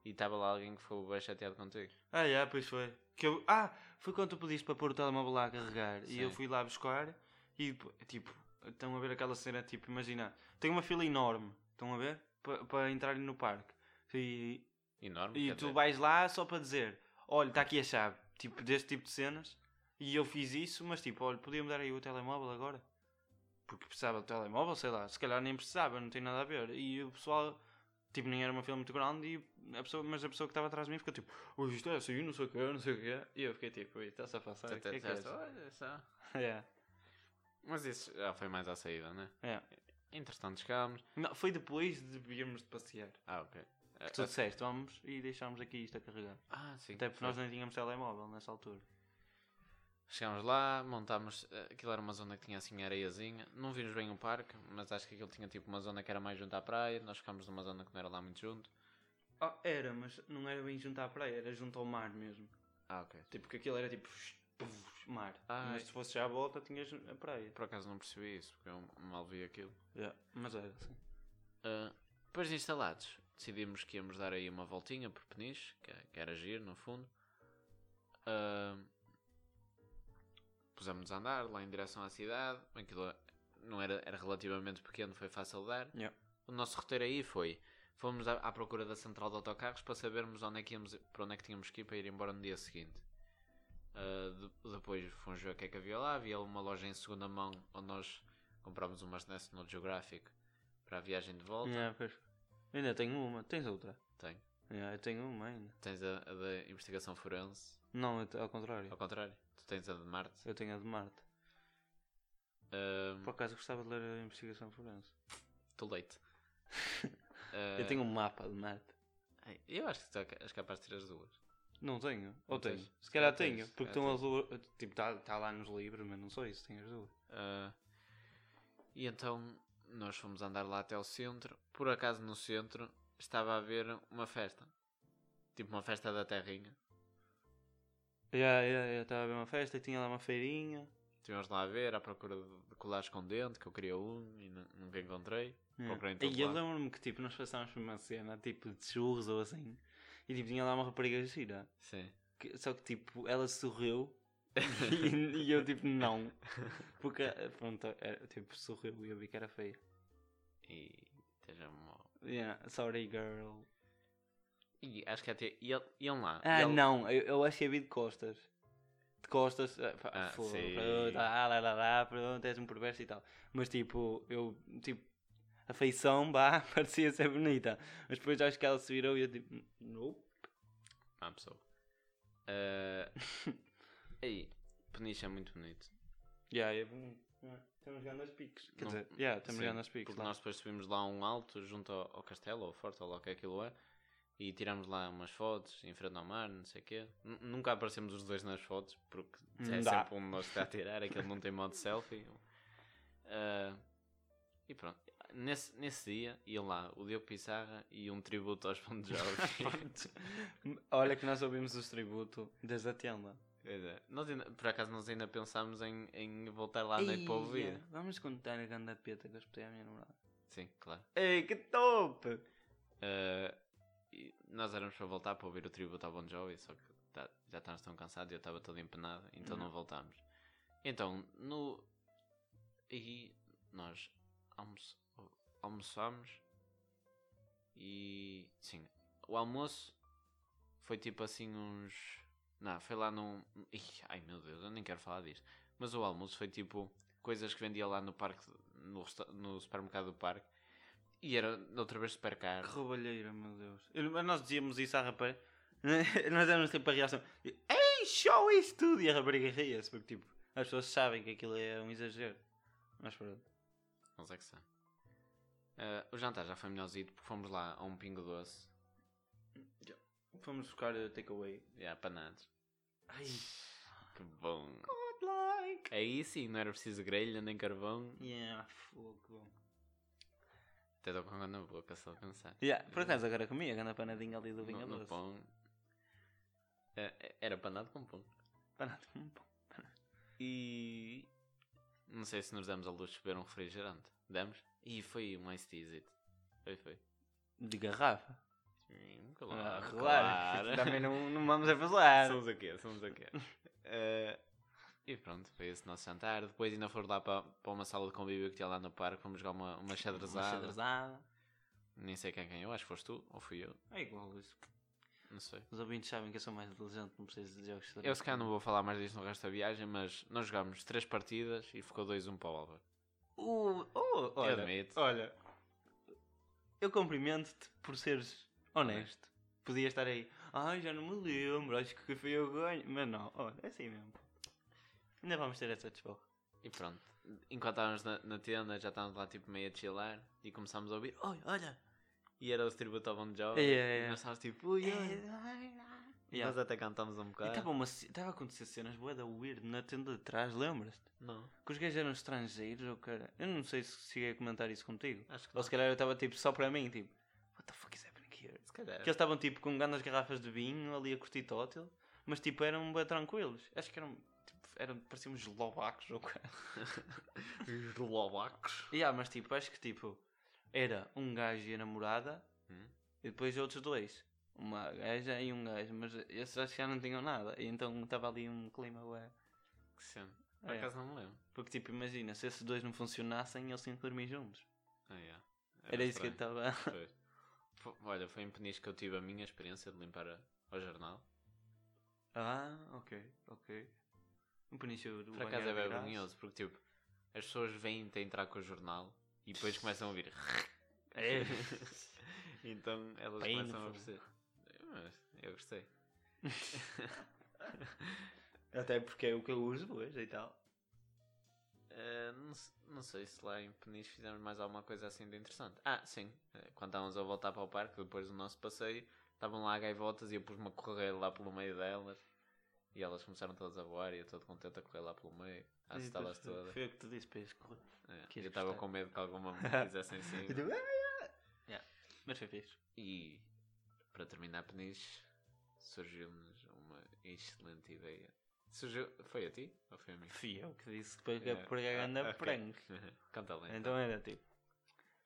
Speaker 1: e estava lá alguém que ficou bem chateado contigo.
Speaker 2: Ah, é, pois foi. Que eu, ah, foi quando tu pediste para pôr o telemóvel lá a carregar. E eu
Speaker 1: Sim.
Speaker 2: fui lá buscar e, depo- tipo, estão a ver aquela cena, tipo, imagina, tem uma fila enorme, estão a ver? Pa- Para entrarem no parque. E,
Speaker 1: Enorme.
Speaker 2: e
Speaker 1: quer
Speaker 2: tu
Speaker 1: dizer.
Speaker 2: vais lá só para dizer, olha, está aqui a chave, tipo, deste tipo de cenas. E eu fiz isso, mas tipo, olha, podia-me dar aí o telemóvel agora? Porque precisava do telemóvel, sei lá, se calhar nem precisava, não tem nada a ver. E o pessoal, tipo, nem era uma fila muito grande, e a pessoa, mas a pessoa que estava atrás de mim ficou tipo, ui, isto é assim, não sei o que, não sei o que. E eu fiquei tipo, ui, está-se a passar,
Speaker 1: Tu
Speaker 2: o que
Speaker 1: até
Speaker 2: é que é
Speaker 1: disseste,
Speaker 2: [laughs] isso?
Speaker 1: "Olha só."
Speaker 2: É.
Speaker 1: Mas isso já foi mais à saída, né?
Speaker 2: É.
Speaker 1: Entretanto, chegámos.
Speaker 2: Não, foi depois de virmos de passear.
Speaker 1: Ah, ok.
Speaker 2: Que tu disseste, vamos e deixámos aqui isto a carregar.
Speaker 1: Ah, sim.
Speaker 2: Até porque
Speaker 1: foi.
Speaker 2: nós nem tínhamos telemóvel nessa altura.
Speaker 1: Chegámos lá, montámos. eh, Aquilo era uma zona que tinha assim areiazinha. Não vimos bem o parque, mas acho que aquilo tinha tipo uma zona que era mais junto à praia. Nós ficámos numa zona que não era lá muito junto.
Speaker 2: Oh, era, mas não era bem junto à praia, era junto ao mar mesmo.
Speaker 1: Ah, ok.
Speaker 2: Tipo, porque aquilo era tipo puf, mar.
Speaker 1: Ah,
Speaker 2: mas
Speaker 1: é.
Speaker 2: se fosse já à volta, tinhas a praia.
Speaker 1: Por acaso não percebi isso, porque eu mal vi aquilo.
Speaker 2: Mas era assim.
Speaker 1: Ah, depois de instalados, decidimos que íamos dar aí uma voltinha por Peniche, que, que era giro no fundo. Ah, pusemos a andar lá em direção à cidade. Aquilo não era, era relativamente pequeno, foi fácil de dar.
Speaker 2: Yeah.
Speaker 1: O nosso roteiro aí foi. Fomos à, à procura da central de autocarros para sabermos onde é que íamos, para onde é que tínhamos que ir para ir embora no dia seguinte. Ah, de- depois fomos ver o que é que havia lá. Havia uma loja em segunda mão onde nós comprámos umas National Geographic para a viagem de volta.
Speaker 2: Yeah, pois. Eu Ainda tenho uma, tens outra?
Speaker 1: Tenho.
Speaker 2: Yeah, eu tenho uma ainda.
Speaker 1: Tens a, a da investigação forense,
Speaker 2: Não, eu te- ao contrário.
Speaker 1: ao contrário, tu tens a de Marte.
Speaker 2: Eu tenho a de Marte.
Speaker 1: Ahm,
Speaker 2: Por acaso gostava de ler a investigação forense.
Speaker 1: too late.
Speaker 2: [laughs] Eu tenho um mapa de Marte.
Speaker 1: Ah, Ai, Eu acho que tu é és capaz de ter as duas.
Speaker 2: Não tenho. Ou
Speaker 1: Não tens.
Speaker 2: tenho. Se calhar
Speaker 1: Não tens,
Speaker 2: tenho.
Speaker 1: se
Speaker 2: Porque estão
Speaker 1: calhar
Speaker 2: as duas. Tipo, está tá lá nos livros, mas não sei se tenho as duas.
Speaker 1: Ah, e então nós fomos andar lá até ao centro. Por acaso no centro estava a haver uma festa. Tipo uma festa da terrinha.
Speaker 2: Yeah, yeah, yeah. Estava a ver uma festa e tinha lá uma feirinha.
Speaker 1: Estivemos lá a ver à procura de de colares com dente, que eu queria um e nu- nunca encontrei. Comprei em todo
Speaker 2: E É. eu
Speaker 1: lado.
Speaker 2: lembro-me que tipo, nós passámos por uma cena tipo de churros ou assim, e tipo, tinha lá uma rapariga gira.
Speaker 1: Sim.
Speaker 2: Que- só que tipo, ela
Speaker 1: [laughs]
Speaker 2: sorriu e, e eu tipo, não. Porque, eh, pronto, era, tipo, sorriu e eu vi que era feia.
Speaker 1: E esteja mó-
Speaker 2: Yeah, sorry girl.
Speaker 1: E acho que até iam iam lá.
Speaker 2: Ah,
Speaker 1: iam-
Speaker 2: não, eu, eu acho que a vi de costas. De costas, ah, pá,
Speaker 1: Ah,
Speaker 2: fogo,
Speaker 1: sim.
Speaker 2: pronto, ah, lá, lá, lá, pronto, és um perverso e tal. Mas tipo, eu, tipo, a feição, bah, [laughs] parecia ser bonita. Mas depois acho que ela se virou e eu tipo, nope. [laughs]
Speaker 1: à pessoa. Ah, aí, Peniche é muito bonito.
Speaker 2: Yeah, é bonito. Yeah. Estamos ganhando as piques. Quer
Speaker 1: Não-
Speaker 2: dizer, yeah, estamos
Speaker 1: Sim,
Speaker 2: ganhando as piques é?
Speaker 1: Porque
Speaker 2: lá.
Speaker 1: nós depois subimos lá a um alto junto ao, ao castelo, ou forte, ou lá o que aquilo é. E tiramos lá umas fotos em frente ao mar, não sei o quê. N- nunca aparecemos os dois nas fotos, porque
Speaker 2: Não
Speaker 1: é
Speaker 2: dá.
Speaker 1: sempre um de nós que está a tirar, aquele não tem modo
Speaker 2: [laughs]
Speaker 1: selfie. Ah, e pronto. Nesse, nesse dia, ia lá o Diogo Pissarra e um tributo aos Bon
Speaker 2: [laughs]
Speaker 1: Jovi.
Speaker 2: Olha que nós ouvimos os tributo desde a tenda.
Speaker 1: Pois é. Nós ainda- por acaso nós ainda pensámos em, em voltar lá à noite para ouvir.
Speaker 2: Eia, Vamos contar a grande peta que eu espetei à minha namorada.
Speaker 1: Sim, claro.
Speaker 2: Ei, que top!
Speaker 1: Ah, e nós éramos para voltar para ouvir o tributo ao Bon Jovi, só que tá- já estávamos tão cansados e eu estava todo empenado, então não voltámos. Então, no... E nós almoço- almoçámos e... Sim, o almoço foi tipo assim uns... Não, foi lá num... Ih, ai meu Deus, eu nem quero falar disto. Mas o almoço foi tipo coisas que vendia lá no parque, no, resta- no supermercado do parque. E era outra vez super
Speaker 2: Que
Speaker 1: caro.
Speaker 2: roubalheira, meu Deus. Eu- mas nós dizíamos isso à rapariga. [laughs] nós éramos tipo a reação. Ei, show isso tudo! E a rapariga ria-se, porque tipo, as pessoas sabem que aquilo é um exagero. Mas pronto.
Speaker 1: Mas é que sabe. Ah, o jantar já foi melhorzito porque fomos lá a um pingo doce
Speaker 2: Fomos buscar eh, takeaway.
Speaker 1: e há panados.
Speaker 2: Ai,
Speaker 1: Que bom! Aí sim, não era preciso grelha nem carvão.
Speaker 2: Yeah, fogo.
Speaker 1: Até estou com água na boca só de pensar.
Speaker 2: Yeah, por acaso agora comia a grande panadinha ali do vinho
Speaker 1: No, no
Speaker 2: doce.
Speaker 1: pão. Ah, era panado com pão.
Speaker 2: Panado com pão.
Speaker 1: E. Não sei se nos demos a luz de beber um refrigerante. Demos? E foi um ice teasito. Foi, foi.
Speaker 2: De garrafa.
Speaker 1: Hum,
Speaker 2: Ah,
Speaker 1: Claro,
Speaker 2: claro. [laughs] Também não, não vamos a
Speaker 1: Ah,
Speaker 2: falar.
Speaker 1: Somos aqui, somos aqui. Eh, e pronto, foi esse nosso jantar. Depois ainda fomos lá para, para uma sala de convívio que tinha lá no parque. Fomos jogar uma, uma xadrezada.
Speaker 2: Xadrezada.
Speaker 1: Nem sei quem ganhou, acho que foste tu ou fui eu.
Speaker 2: É igual isso.
Speaker 1: Não sei.
Speaker 2: Os ouvintes sabem que eu sou mais inteligente, não preciso de jogos de
Speaker 1: Eu se calhar não vou falar mais disto no resto da viagem, mas nós jogámos três partidas e ficou 2-1 para o Álvaro.
Speaker 2: Uh, oh, olha,
Speaker 1: Eu admito.
Speaker 2: Olha, eu cumprimento-te por seres honesto. Podia estar aí, ai, já não me lembro, acho que foi eu que ganho. Mas não, olha, é assim mesmo. Ainda vamos ter essa desfoga.
Speaker 1: E pronto, enquanto estávamos na, na tenda, já estávamos lá tipo meio a chilar e começámos a ouvir. "Oh",
Speaker 2: Olha, olha.
Speaker 1: e era o tributo ao Bon Jovi.
Speaker 2: É, é, é.
Speaker 1: E nós estávamos tipo, ui, ui.
Speaker 2: Yeah.
Speaker 1: Nós até cantámos um
Speaker 2: E tá
Speaker 1: bocado.
Speaker 2: estava uma ce- estava a acontecer cenas bué da weird na tenda de trás, lembras-te?
Speaker 1: Não,
Speaker 2: Que os gajos eram estrangeiros ou cara. Eu não sei se cheguei a comentar isso contigo.
Speaker 1: acho que não.
Speaker 2: Ou se calhar eu estava tipo só para mim, tipo, what the fuck is happening here?
Speaker 1: Se calhar.
Speaker 2: Que eles estavam tipo com grandes garrafas de vinho ali a curtir tótil, mas tipo eram bem tranquilos. Acho que eram, tipo, eram pareciam eslovacos ou cara.
Speaker 1: Os lobacos.
Speaker 2: yeah, mas tipo, acho que tipo, era um gajo e a namorada
Speaker 1: Hum.
Speaker 2: e depois outros dois. Uma gaja e um gajo, mas esses acho que já não tinham nada. E então estava ali um clima ué.
Speaker 1: Que cena. Por
Speaker 2: É.
Speaker 1: acaso não me lembro.
Speaker 2: Porque tipo, imagina, se esses dois não funcionassem, eles tinham que dormir juntos.
Speaker 1: Ah, yeah.
Speaker 2: Era, isso que eu estava.
Speaker 1: estava. Olha, foi em Peniche que eu tive a minha experiência de limpar a- ao jornal.
Speaker 2: Ah, ok, ok. Um penicho do
Speaker 1: Por acaso é bem vergonhoso, porque tipo, as pessoas vêm-te a entrar com o jornal e depois começam a ouvir.
Speaker 2: É.
Speaker 1: [laughs] então elas começam a
Speaker 2: Painful.
Speaker 1: perceber. Mas eu gostei.
Speaker 2: Até porque é o que eu uso hoje e tal.
Speaker 1: Ah, não, se- não sei se lá em Peniche fizemos mais alguma coisa assim de interessante. Ah, sim. eh, Quando estávamos a voltar para o parque, depois do nosso passeio, estavam lá gaivotas e eu pus-me a correr lá pelo meio delas. E elas começaram todas a voar e eu todo contente a correr lá pelo meio. Às
Speaker 2: E depois
Speaker 1: estalas
Speaker 2: [laughs]
Speaker 1: todas.
Speaker 2: Tipo, Foi o que te disse para isso correr.
Speaker 1: É,
Speaker 2: que
Speaker 1: eu
Speaker 2: ias
Speaker 1: estava
Speaker 2: gostar.
Speaker 1: com medo que
Speaker 2: [laughs]
Speaker 1: alguma me fizesse em
Speaker 2: E tu,
Speaker 1: cima.
Speaker 2: "Ah, ah, ah." Yeah, Mas foi fixe.
Speaker 1: E para terminar Peniche, surgiu-nos uma excelente ideia. Surgiu... Foi a ti ou foi a mim?
Speaker 2: Fui eu que disse que para
Speaker 1: É,
Speaker 2: por
Speaker 1: ah,
Speaker 2: [laughs] anda
Speaker 1: ok. [laughs]
Speaker 2: prank.
Speaker 1: Canta lá então.
Speaker 2: Então era tipo.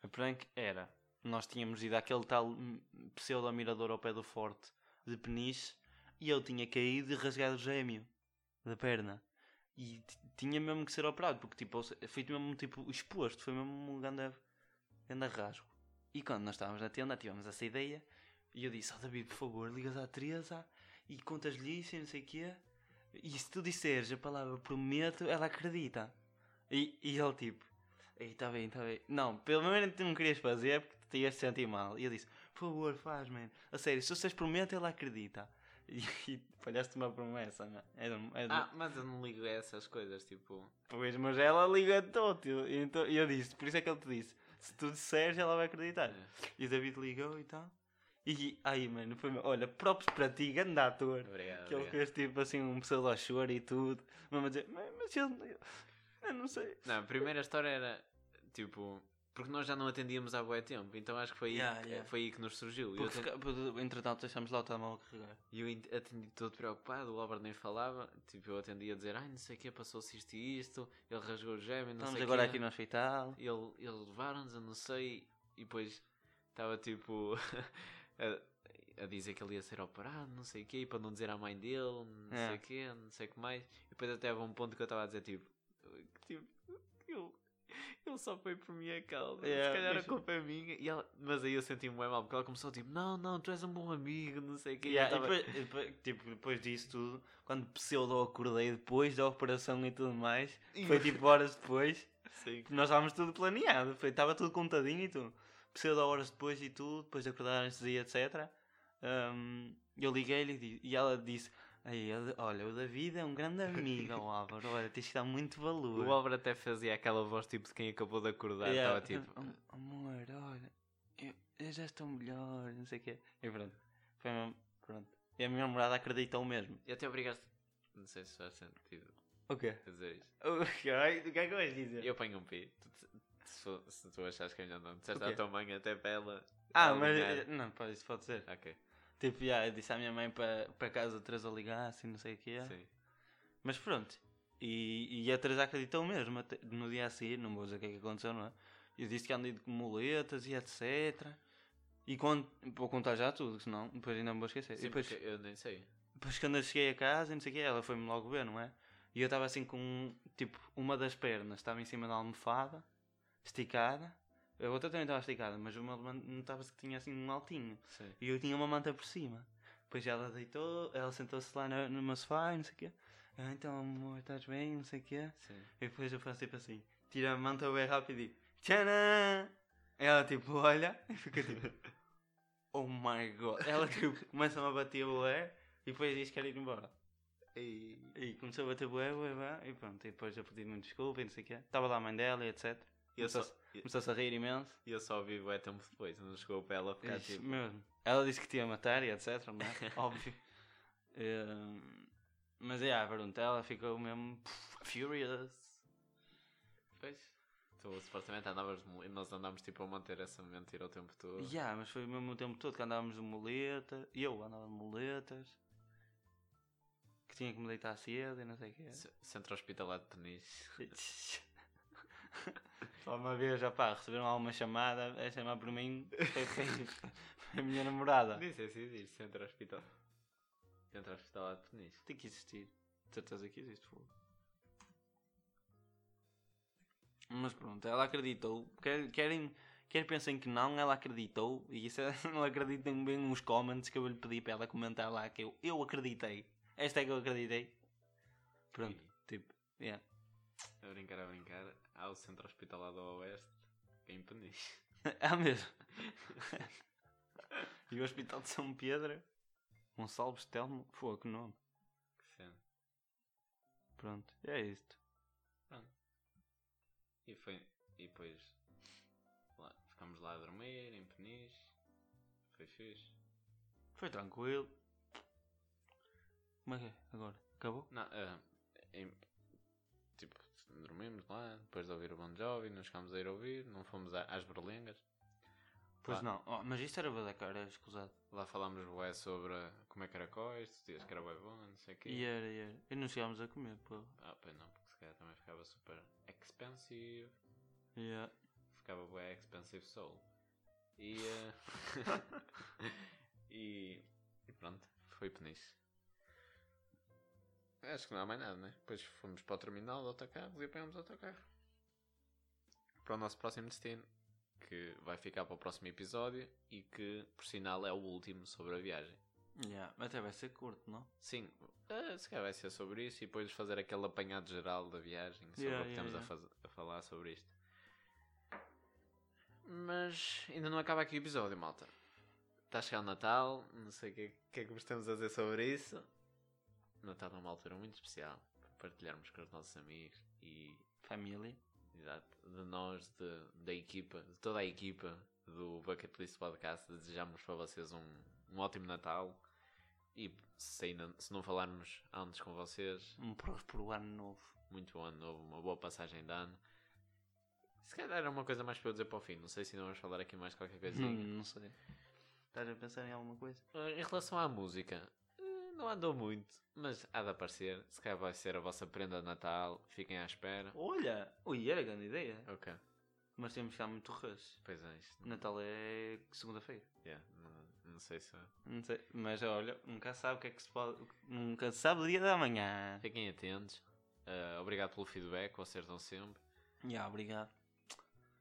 Speaker 2: A prank era. Nós tínhamos ido àquele tal hum, pseudo-mirador ao pé do forte de Peniche e eu tinha caído e rasgado o gêmeo da perna. E t- tinha mesmo que ser operado, porque tipo, ou se- foi mesmo tipo exposto, foi mesmo um grande, grande rasgo. E quando nós estávamos na tenda, tivemos essa ideia e eu disse: Ó David, por favor, ligas à Teresa e contas-lhe isso e não sei o quê. E se tu disseres a palavra prometo, ela acredita. E, e ele tipo, Ei, tá bem, tá bem. Não, pelo menos tu não querias fazer porque te ias sentir mal. E eu disse, por favor, faz, man. A sério, se vocês prometem, ela acredita. [laughs] E, e falhaste uma promessa, man. Era, era,
Speaker 1: [laughs] Ah, mas eu não ligo a essas coisas, tipo...
Speaker 2: Pois, mas ela liga todo. E então, e eu disse, por isso é que ele te disse, se tu disseres, ela vai acreditar.
Speaker 1: É.
Speaker 2: E o David ligou e tal. E aí, mano, foi. Olha, próprios para ti, grande ator.
Speaker 1: Obrigado.
Speaker 2: Que ele
Speaker 1: obrigado.
Speaker 2: fez tipo assim um pseudo ao choro e tudo. Mas, mas, eu- mas, mas ele. Eu não sei.
Speaker 1: Não, a primeira história era tipo. Porque nós já não atendíamos há bué tempo, então acho que foi aí,
Speaker 2: Yeah,
Speaker 1: que,
Speaker 2: yeah.
Speaker 1: Foi aí que nos surgiu. E eu
Speaker 2: Porque,
Speaker 1: atendi-
Speaker 2: fica- porque, entretanto deixamos lá o telemóvel carregar.
Speaker 1: E eu in- atendi todo preocupado, o Albert nem falava. Tipo, eu atendia a dizer, ai, não sei o que, passou-se isto e isto, ele rasgou o gêmeo, não
Speaker 2: Estamos
Speaker 1: sei o
Speaker 2: agora
Speaker 1: quê."
Speaker 2: aqui no hospital.
Speaker 1: Ele, ele levaram-nos, eu não sei. E depois estava tipo [laughs] a, a dizer que ele ia ser operado, não sei o quê, e para não dizer à mãe dele, não
Speaker 2: É.
Speaker 1: sei o quê, não sei o que mais. E depois até houve um ponto que eu estava a dizer tipo, que, tipo ele, ele só foi por minha causa,
Speaker 2: Yeah,
Speaker 1: se calhar
Speaker 2: mas-
Speaker 1: a culpa é minha. E ela- mas aí eu senti-me bem mal, porque ela começou tipo, não, não, tu és um bom amigo, não sei o quê. E eu
Speaker 2: Yeah, e
Speaker 1: tava-
Speaker 2: depois, e depois- tipo, depois disso tudo, quando pseudo acordei depois da operação e tudo mais,
Speaker 1: E-
Speaker 2: foi tipo horas depois,
Speaker 1: [laughs] Sim.
Speaker 2: nós estávamos tudo planeado, foi- estava tudo contadinho e tudo. Pseudo horas depois e tudo, depois de acordar anestesia, etc. Hum, eu liguei-lhe e di- e ela disse: "Ai, eu- Olha, o David é um grande amigo, ó Álvaro, olha, tens que dar muito valor.
Speaker 1: O Álvaro até fazia aquela voz tipo de quem acabou de acordar,
Speaker 2: Yeah,
Speaker 1: estava tipo,
Speaker 2: "Am- Amor, olha, eu, eu já estou melhor, não sei o quê. E pronto, foi mesmo, pronto. E a minha namorada acreditou mesmo.
Speaker 1: e até obrigaste. Não sei se faz sentido
Speaker 2: O quê?
Speaker 1: dizer isto.
Speaker 2: Ok, [laughs] o que é que vais dizer?
Speaker 1: Eu apanho um pi. Tu- tu- Se, fo- se tu achas que é melhor não, disseste
Speaker 2: O quê?
Speaker 1: à tua mãe até para ela.
Speaker 2: ah,
Speaker 1: ela
Speaker 2: mas
Speaker 1: ligar.
Speaker 2: não, pá, isso pode ser.
Speaker 1: Ok,
Speaker 2: Tipo, já, eu disse à minha mãe para para caso a Teresa ligasse e não sei o que é.
Speaker 1: sim.
Speaker 2: Mas pronto. E, e a Teresa acreditou mesmo. até- No dia a seguir, não vou dizer o que é que aconteceu, não é? Eu disse que andei de muletas e etc. E quando, vou contar já tudo, que senão depois ainda me vou esquecer. e
Speaker 1: Sim,
Speaker 2: depois,
Speaker 1: porque eu nem sei.
Speaker 2: depois quando eu cheguei a casa e não sei o que, ela foi-me logo ver, não é? E eu estava assim com, tipo, uma das pernas estava em cima da almofada, esticada. A outra também estava esticada, mas uma levan- notava-se que tinha assim um altinho.
Speaker 1: Sim.
Speaker 2: E eu tinha uma manta por cima. Depois ela deitou, ela sentou-se lá no, no meu sofá e não sei o quê. Ah, então amor, estás bem, não sei o quê.
Speaker 1: Sim.
Speaker 2: E depois eu faço tipo assim, tira a manta bem rápido e tchanã! Ela tipo olha [laughs] e fica tipo, oh my god. Ela tipo começa a bater o ar e depois diz que quer ir embora.
Speaker 1: E,
Speaker 2: E começou a bater bué, bué, bué, e pronto. E depois eu pedi-me desculpa e não sei o quê. Estava lá a mãe dela e etc.
Speaker 1: eu, só,
Speaker 2: Começou-se
Speaker 1: e-
Speaker 2: começou-se a rir imenso.
Speaker 1: e eu só vi o tempo depois, não chegou para ela ficar
Speaker 2: Ixi,
Speaker 1: tipo.
Speaker 2: mesmo. Ela disse que te ia matar e etc. Não é? Óbvio. Ehm, mas é, a pronto, ela ficou mesmo pff, furious.
Speaker 1: Pois. Tu supostamente andavas. mu- e Nós andámos tipo a manter essa mentira o tempo todo.
Speaker 2: Ya, mas foi mesmo o tempo todo que andávamos de muleta. e Eu andava de muletas. Que tinha que me deitar cedo e não sei o que é.
Speaker 1: C- Centro hospitalar de Peniche.
Speaker 2: [laughs] Só uma vez, já pá, receberam alguma chamada a chamar por mim. Foi, [laughs] foi- foi a minha namorada.
Speaker 1: Nem sei se existe centro hospitalar. Centro hospitalar de Peniche.
Speaker 2: Tem que existir. De certeza que existe, fogo. Mas pronto, ela acreditou. Quer, querem, quer pensem que não, ela acreditou. E isso é, [laughs] não acreditem bem nos comments que eu lhe pedi para ela comentar lá que eu, eu acreditei. Esta é que eu acreditei. Pronto, tipo, yeah. [laughs]
Speaker 1: A brincar, a brincar. Há o centro hospitalar do Oeste. Em Peniche.
Speaker 2: Ah, mesmo. [laughs] e o Hospital de São Pedro. Gonçalves Telmo. Fogo, que nome.
Speaker 1: Que cena.
Speaker 2: Pronto, é isto.
Speaker 1: E foi. E depois. Lá, ficámos lá a dormir, em Peniche. Foi fixe.
Speaker 2: Foi tranquilo. Como é que é? Agora? Acabou?
Speaker 1: Não, ah, em- tipo, dormimos lá, depois de ouvir o Bon Jovi, não chegámos a ir ouvir, não fomos a- às Berlengas.
Speaker 2: Pois
Speaker 1: Pá.
Speaker 2: não. Oh, mas isto era bué da cara, era escusado.
Speaker 1: Lá falámos bué sobre como é que era coisa, dias que era bué bom, não sei o quê.
Speaker 2: E era, e era. E não chegámos a comer, pô.
Speaker 1: Ah, pois não, porque se calhar também ficava super expensive.
Speaker 2: Yeah.
Speaker 1: ficava bué expensive soul. E, eh, [laughs] e, e pronto, foi peniche. Acho que não há mais nada, né? Depois fomos para o terminal do autocarro e apanhámos o autocarro. Para o nosso próximo destino, que vai ficar para o próximo episódio e que, por sinal, é o último sobre a viagem.
Speaker 2: Yeah. Mas até vai ser curto, não?
Speaker 1: Sim, eh, se calhar vai ser sobre isso e depois fazer aquele apanhado geral da viagem sobre
Speaker 2: Yeah,
Speaker 1: o que
Speaker 2: yeah,
Speaker 1: estamos
Speaker 2: yeah.
Speaker 1: A, faz- a falar sobre isto. Mas ainda não acaba aqui o episódio, malta. Está a chegar o Natal, não sei o que, é- o que é que estamos a dizer sobre isso. Natal é uma altura muito especial para partilharmos com os nossos amigos e
Speaker 2: Família.
Speaker 1: Exato. De nós, de, da equipa, de toda a equipa do Bucket List Podcast, desejamos para vocês um, um ótimo Natal. E se, ainda- se não falarmos antes com vocês,
Speaker 2: Um próspero ano novo.
Speaker 1: muito bom ano novo, uma boa passagem de ano. Se calhar era uma coisa mais para eu dizer para o fim, não sei se não vamos falar aqui mais qualquer coisinha.
Speaker 2: Hum, não sei. Estás a pensar em alguma coisa?
Speaker 1: Ah, Em relação à música, eh, não andou muito, mas há de aparecer. Se calhar vai ser a vossa prenda de Natal, fiquem à espera.
Speaker 2: Olha! Ui, era grande ideia.
Speaker 1: Ok,
Speaker 2: Mas temos que estar muito rush.
Speaker 1: pois é, isto.
Speaker 2: Natal é segunda-feira.
Speaker 1: yeah, não, não sei se.
Speaker 2: Não sei. Mas olha, nunca sabe o que é que se pode. Nunca se sabe o dia da manhã.
Speaker 1: Fiquem atentos. Ah, obrigado pelo feedback, vocês dão um sempre.
Speaker 2: Ya, obrigado.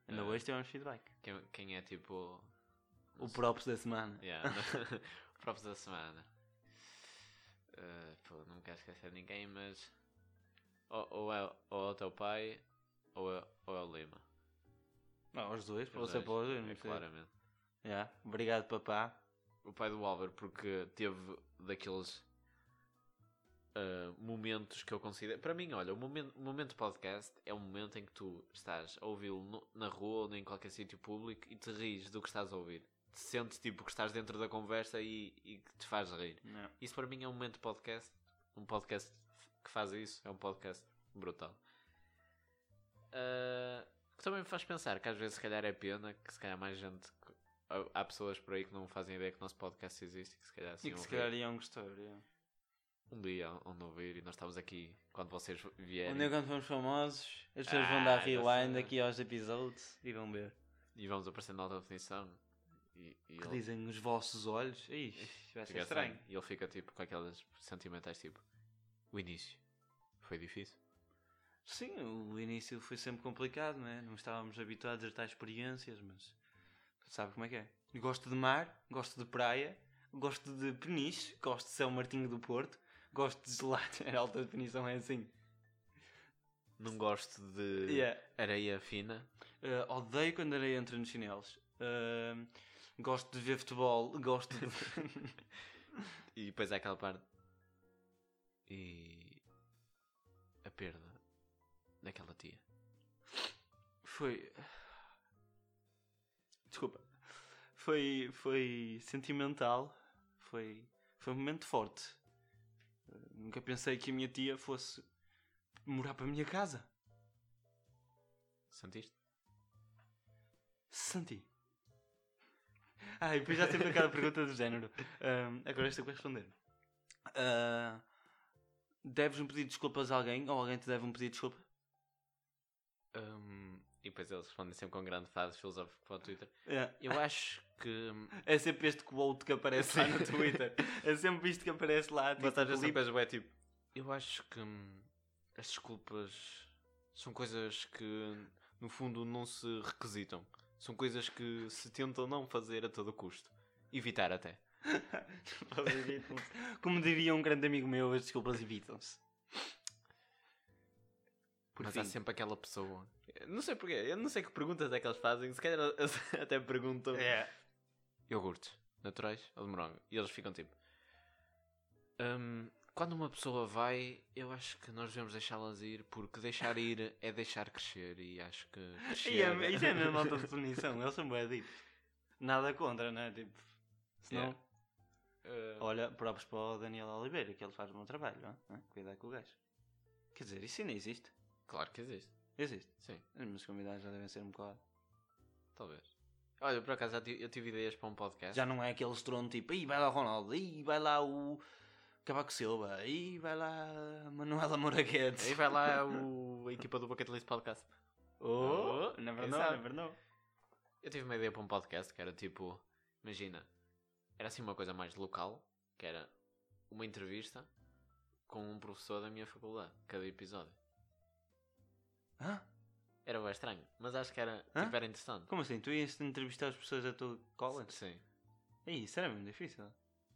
Speaker 2: Ainda
Speaker 1: Eh.
Speaker 2: hoje tivemos feedback.
Speaker 1: Quem, quem é tipo.
Speaker 2: O props da semana.
Speaker 1: Yeah, [laughs] no- props da semana. Ah, pô, não quero esquecer ninguém, mas. Ou, ou, é, ou é o teu pai, ou é, ou é o Lima.
Speaker 2: Não, os dois, para
Speaker 1: Os
Speaker 2: você
Speaker 1: dois,
Speaker 2: pode
Speaker 1: é
Speaker 2: não sei.
Speaker 1: claramente.
Speaker 2: Ya, Obrigado, papá.
Speaker 1: o pai do Álvaro porque teve daqueles ah, momentos que eu considero. Para mim, olha, o momento, o momento podcast é um momento em que tu estás a ouvi-lo no- na rua ou em qualquer sítio público e te rires do que estás a ouvir. Te sentes tipo que estás dentro da conversa e, e que te faz rir.
Speaker 2: Ya.
Speaker 1: Isso para mim é um momento podcast. Um podcast que faz isso é um podcast brutal. Ah, que também me faz pensar que às vezes se calhar é pena que se calhar mais gente. há- Há pessoas por aí que não fazem ideia que o nosso podcast existe e que se calhar assim
Speaker 2: E que se calhar iam gostar. ya.
Speaker 1: um dia onde ouvir e nós estamos aqui quando vocês vierem
Speaker 2: Um dia quando formos famosos, as pessoas vão
Speaker 1: Ah,
Speaker 2: dar
Speaker 1: já
Speaker 2: rewind
Speaker 1: sei.
Speaker 2: aqui aos episódios e vão ver.
Speaker 1: e vamos aparecer na alta definição e, e
Speaker 2: Que
Speaker 1: ele-
Speaker 2: dizem os vossos olhos. Ixi, vai ser
Speaker 1: fica
Speaker 2: estranho.
Speaker 1: assim, e ele fica tipo com aquelas sentimentais tipo o início foi difícil
Speaker 2: Sim, o início foi sempre complicado, não é? Não estávamos habituados a tais experiências, mas tu sabes como é que é. Gosto de mar, gosto de praia, gosto de peniche, gosto de São Martinho do Porto, gosto de gelado. [laughs] A alta definição é assim.
Speaker 1: não gosto de
Speaker 2: Yeah.
Speaker 1: areia fina
Speaker 2: Eh, odeio quando a areia entra nos chinelos. Ehm, gosto de ver futebol, [laughs] gosto de.
Speaker 1: E depois há aquela parte. E. A perda daquela tia.
Speaker 2: foi. Desculpa. Foi, foi sentimental. Foi, foi um momento forte. Eh, Nunca pensei que a minha tia fosse morar para a minha casa.
Speaker 1: Sentiste?
Speaker 2: Santi. Ah, e depois já sempre aquela pergunta do género. Ahm, agora esta eu vou responder. Ah, deves um pedido de desculpas a alguém ou alguém te deve um pedido de desculpa?
Speaker 1: Hum, e depois eles respondem sempre com grande fase filosófico para o Twitter.
Speaker 2: É.
Speaker 1: [laughs] Eu acho que. hum,
Speaker 2: É sempre este quote que aparece lá no Twitter. É sempre isto que aparece lá. Tipo,
Speaker 1: Mas às vezes
Speaker 2: clipe.
Speaker 1: [laughs] depois é tipo. Eu acho que. hum, As desculpas. São coisas que, no fundo, não se requisitam. São coisas que se tentam não fazer a todo custo. Evitar até.
Speaker 2: Elas evitam-se. Como diria um grande amigo meu, as desculpas evitam-se. Por
Speaker 1: Mas
Speaker 2: fim,
Speaker 1: há sempre aquela pessoa. Eu Não sei porquê, eu não sei que perguntas é que eles fazem, se calhar eles [laughs] até perguntam
Speaker 2: É.
Speaker 1: iogurtes naturais ou de morango. E eles ficam tipo. "Hum, quando uma pessoa vai, eu acho que nós devemos deixá-las ir, porque deixar [laughs] ir é deixar crescer. E acho que. Crescer...
Speaker 2: E é, isso é mesmo
Speaker 1: [laughs]
Speaker 2: alta definição. Eles são bem ditos. Nada contra, não é? Tipo, senão...
Speaker 1: Yeah. Uh,
Speaker 2: Olha, próprios para o Daniel Oliveira, que ele faz um bom trabalho, não é? Cuidar com o gajo. Quer dizer, isso ainda existe.
Speaker 1: Claro que existe.
Speaker 2: Existe.
Speaker 1: Sim,
Speaker 2: As minhas convidadas já devem ser um bocado.
Speaker 1: talvez. Olha, por acaso já ti- eu tive ideias para um podcast.
Speaker 2: Já não é aquele estrondo tipo, aí vai lá o Ronaldo, aí vai lá o Cabaco Silva, aí vai lá a Manuela Moraguete.
Speaker 1: Aí vai lá o- a equipa do Bucket List Podcast.
Speaker 2: [laughs] Oh,
Speaker 1: Oh,
Speaker 2: never
Speaker 1: quem
Speaker 2: know,
Speaker 1: sabe?
Speaker 2: never know.
Speaker 1: Eu tive uma ideia para um podcast que era tipo, imagina, era assim uma coisa mais local, que era uma entrevista com um professor da minha faculdade, cada episódio.
Speaker 2: Hã?
Speaker 1: Era bem estranho, mas acho que era,
Speaker 2: Hã?
Speaker 1: tipo, era interessante.
Speaker 2: Como assim? Tu ias entrevistar as pessoas da tua college?
Speaker 1: Sim.
Speaker 2: Ih, isso era mesmo difícil.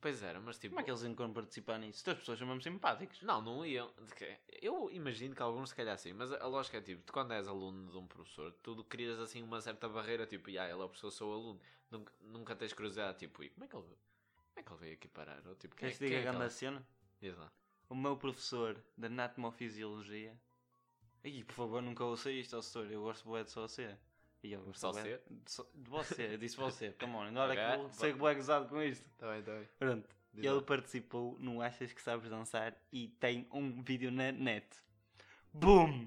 Speaker 1: Pois era, mas tipo.
Speaker 2: Como é que eles encontram participar nisso? As pessoas são mesmo simpáticos.
Speaker 1: Não, não iam. de que- Eu imagino que alguns se calhar sim, mas a a lógica é tipo, tu quando és aluno de um professor, tu crias assim uma certa barreira, tipo, ah, ele é o professor, sou aluno. Nunca, nunca tens curiosidade, tipo, e como é que ele, como é que ele veio aqui parar? Ou tipo, quem, é-
Speaker 2: Queres que diga
Speaker 1: quem é
Speaker 2: a grande
Speaker 1: aquele-
Speaker 2: cena?
Speaker 1: Diz lá.
Speaker 2: O meu professor de anatomofisiologia. Ih, por favor, nunca ouça isto, ó, senhor. Eu gosto bué de só você. E eu,
Speaker 1: Só
Speaker 2: "Tá bem?" Só- De você, eu disse você, come
Speaker 1: [laughs]
Speaker 2: on, agora é que
Speaker 1: Ok.
Speaker 2: eu sei que vou é gozado com isto.
Speaker 1: Está Tá bem, está bem.
Speaker 2: Pronto,
Speaker 1: Diz
Speaker 2: ele
Speaker 1: lá.
Speaker 2: participou no Achas que Sabes Dançar e tem um vídeo na net. Boom!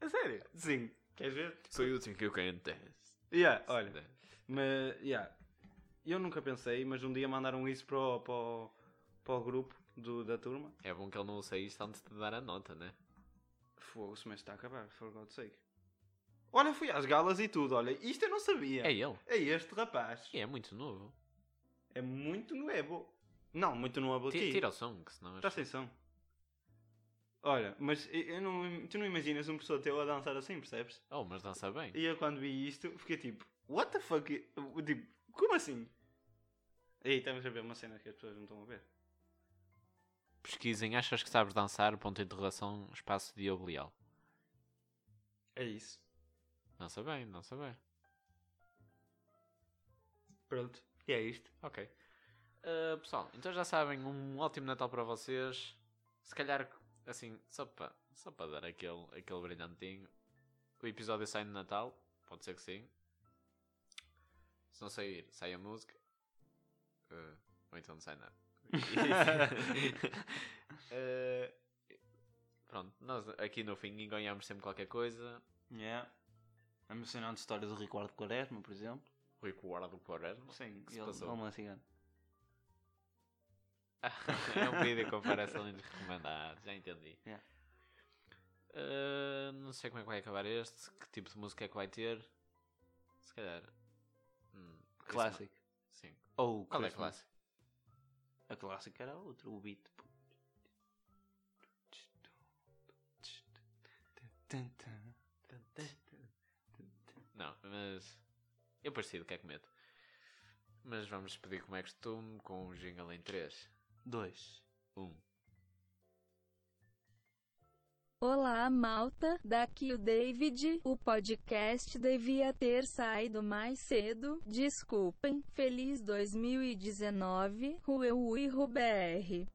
Speaker 1: A sério?
Speaker 2: Sim, queres ver?
Speaker 1: Sou eu que eu quero dance.
Speaker 2: Yeah, olha, Mas, yeah. Eu nunca pensei, mas um dia mandaram isso para o, para o, para o grupo do- da turma.
Speaker 1: É bom que ele não ouça isto antes de dar a nota, né?
Speaker 2: Fogo, o semestre está a acabar, for God's sake. Olha, fui às galas e tudo, olha, isto eu não sabia.
Speaker 1: É ele.
Speaker 2: É este rapaz.
Speaker 1: E é muito novo.
Speaker 2: É muito novo. Não, muito novo
Speaker 1: Ti-
Speaker 2: aqui.
Speaker 1: Tira o som, que senão...
Speaker 2: Presta atenção. Olha, mas eu eu não, tu não imaginas uma pessoa teu a dançar assim, percebes?
Speaker 1: Oh, mas dança bem.
Speaker 2: E eu quando vi isto, fiquei tipo, what the fuck? Eu, Tipo, como assim? E aí estamos a ver uma cena que as pessoas não estão a ver.
Speaker 1: Pesquisem, achas que sabes dançar? Ponto de interrogação, espaço de oblial.
Speaker 2: É isso.
Speaker 1: Dança bem, dança bem.
Speaker 2: Pronto. E é isto.
Speaker 1: Ok. Ah, pessoal, então já sabem, um ótimo Natal para vocês. Se calhar, assim, só para só para dar aquele, aquele brilhantinho. O episódio sai no Natal, pode ser que sim. Se não sair, sai a música. Ah, ou então não sai nada. Ah, pronto, nós aqui no fim ganhamos sempre qualquer coisa.
Speaker 2: Yeah. A mencionando história do Ricardo Quaresma, por exemplo. um
Speaker 1: Rui Coara do Quaresma.
Speaker 2: Sim,
Speaker 1: que se passou.
Speaker 2: uma cigana.
Speaker 1: é um vídeo de comparação entre recomendados, já entendi.
Speaker 2: Yeah.
Speaker 1: Ah, não sei como é que vai acabar este, que tipo de música é que vai ter. Se calhar. hum,
Speaker 2: Clássico.
Speaker 1: Christmas- Sim.
Speaker 2: Ou
Speaker 1: Qual é
Speaker 2: Christmas.
Speaker 1: clássico?
Speaker 2: A clássica era outra, o beat.
Speaker 1: Não, mas. Eu parecido, que é que medo. Mas vamos despedir como é costume com um jingle em 3,
Speaker 2: Dois.
Speaker 1: 1.
Speaker 4: Olá, malta. Daqui o David. O podcast devia ter saído mais cedo. Desculpem. Feliz 2019. Rueu e Ruber.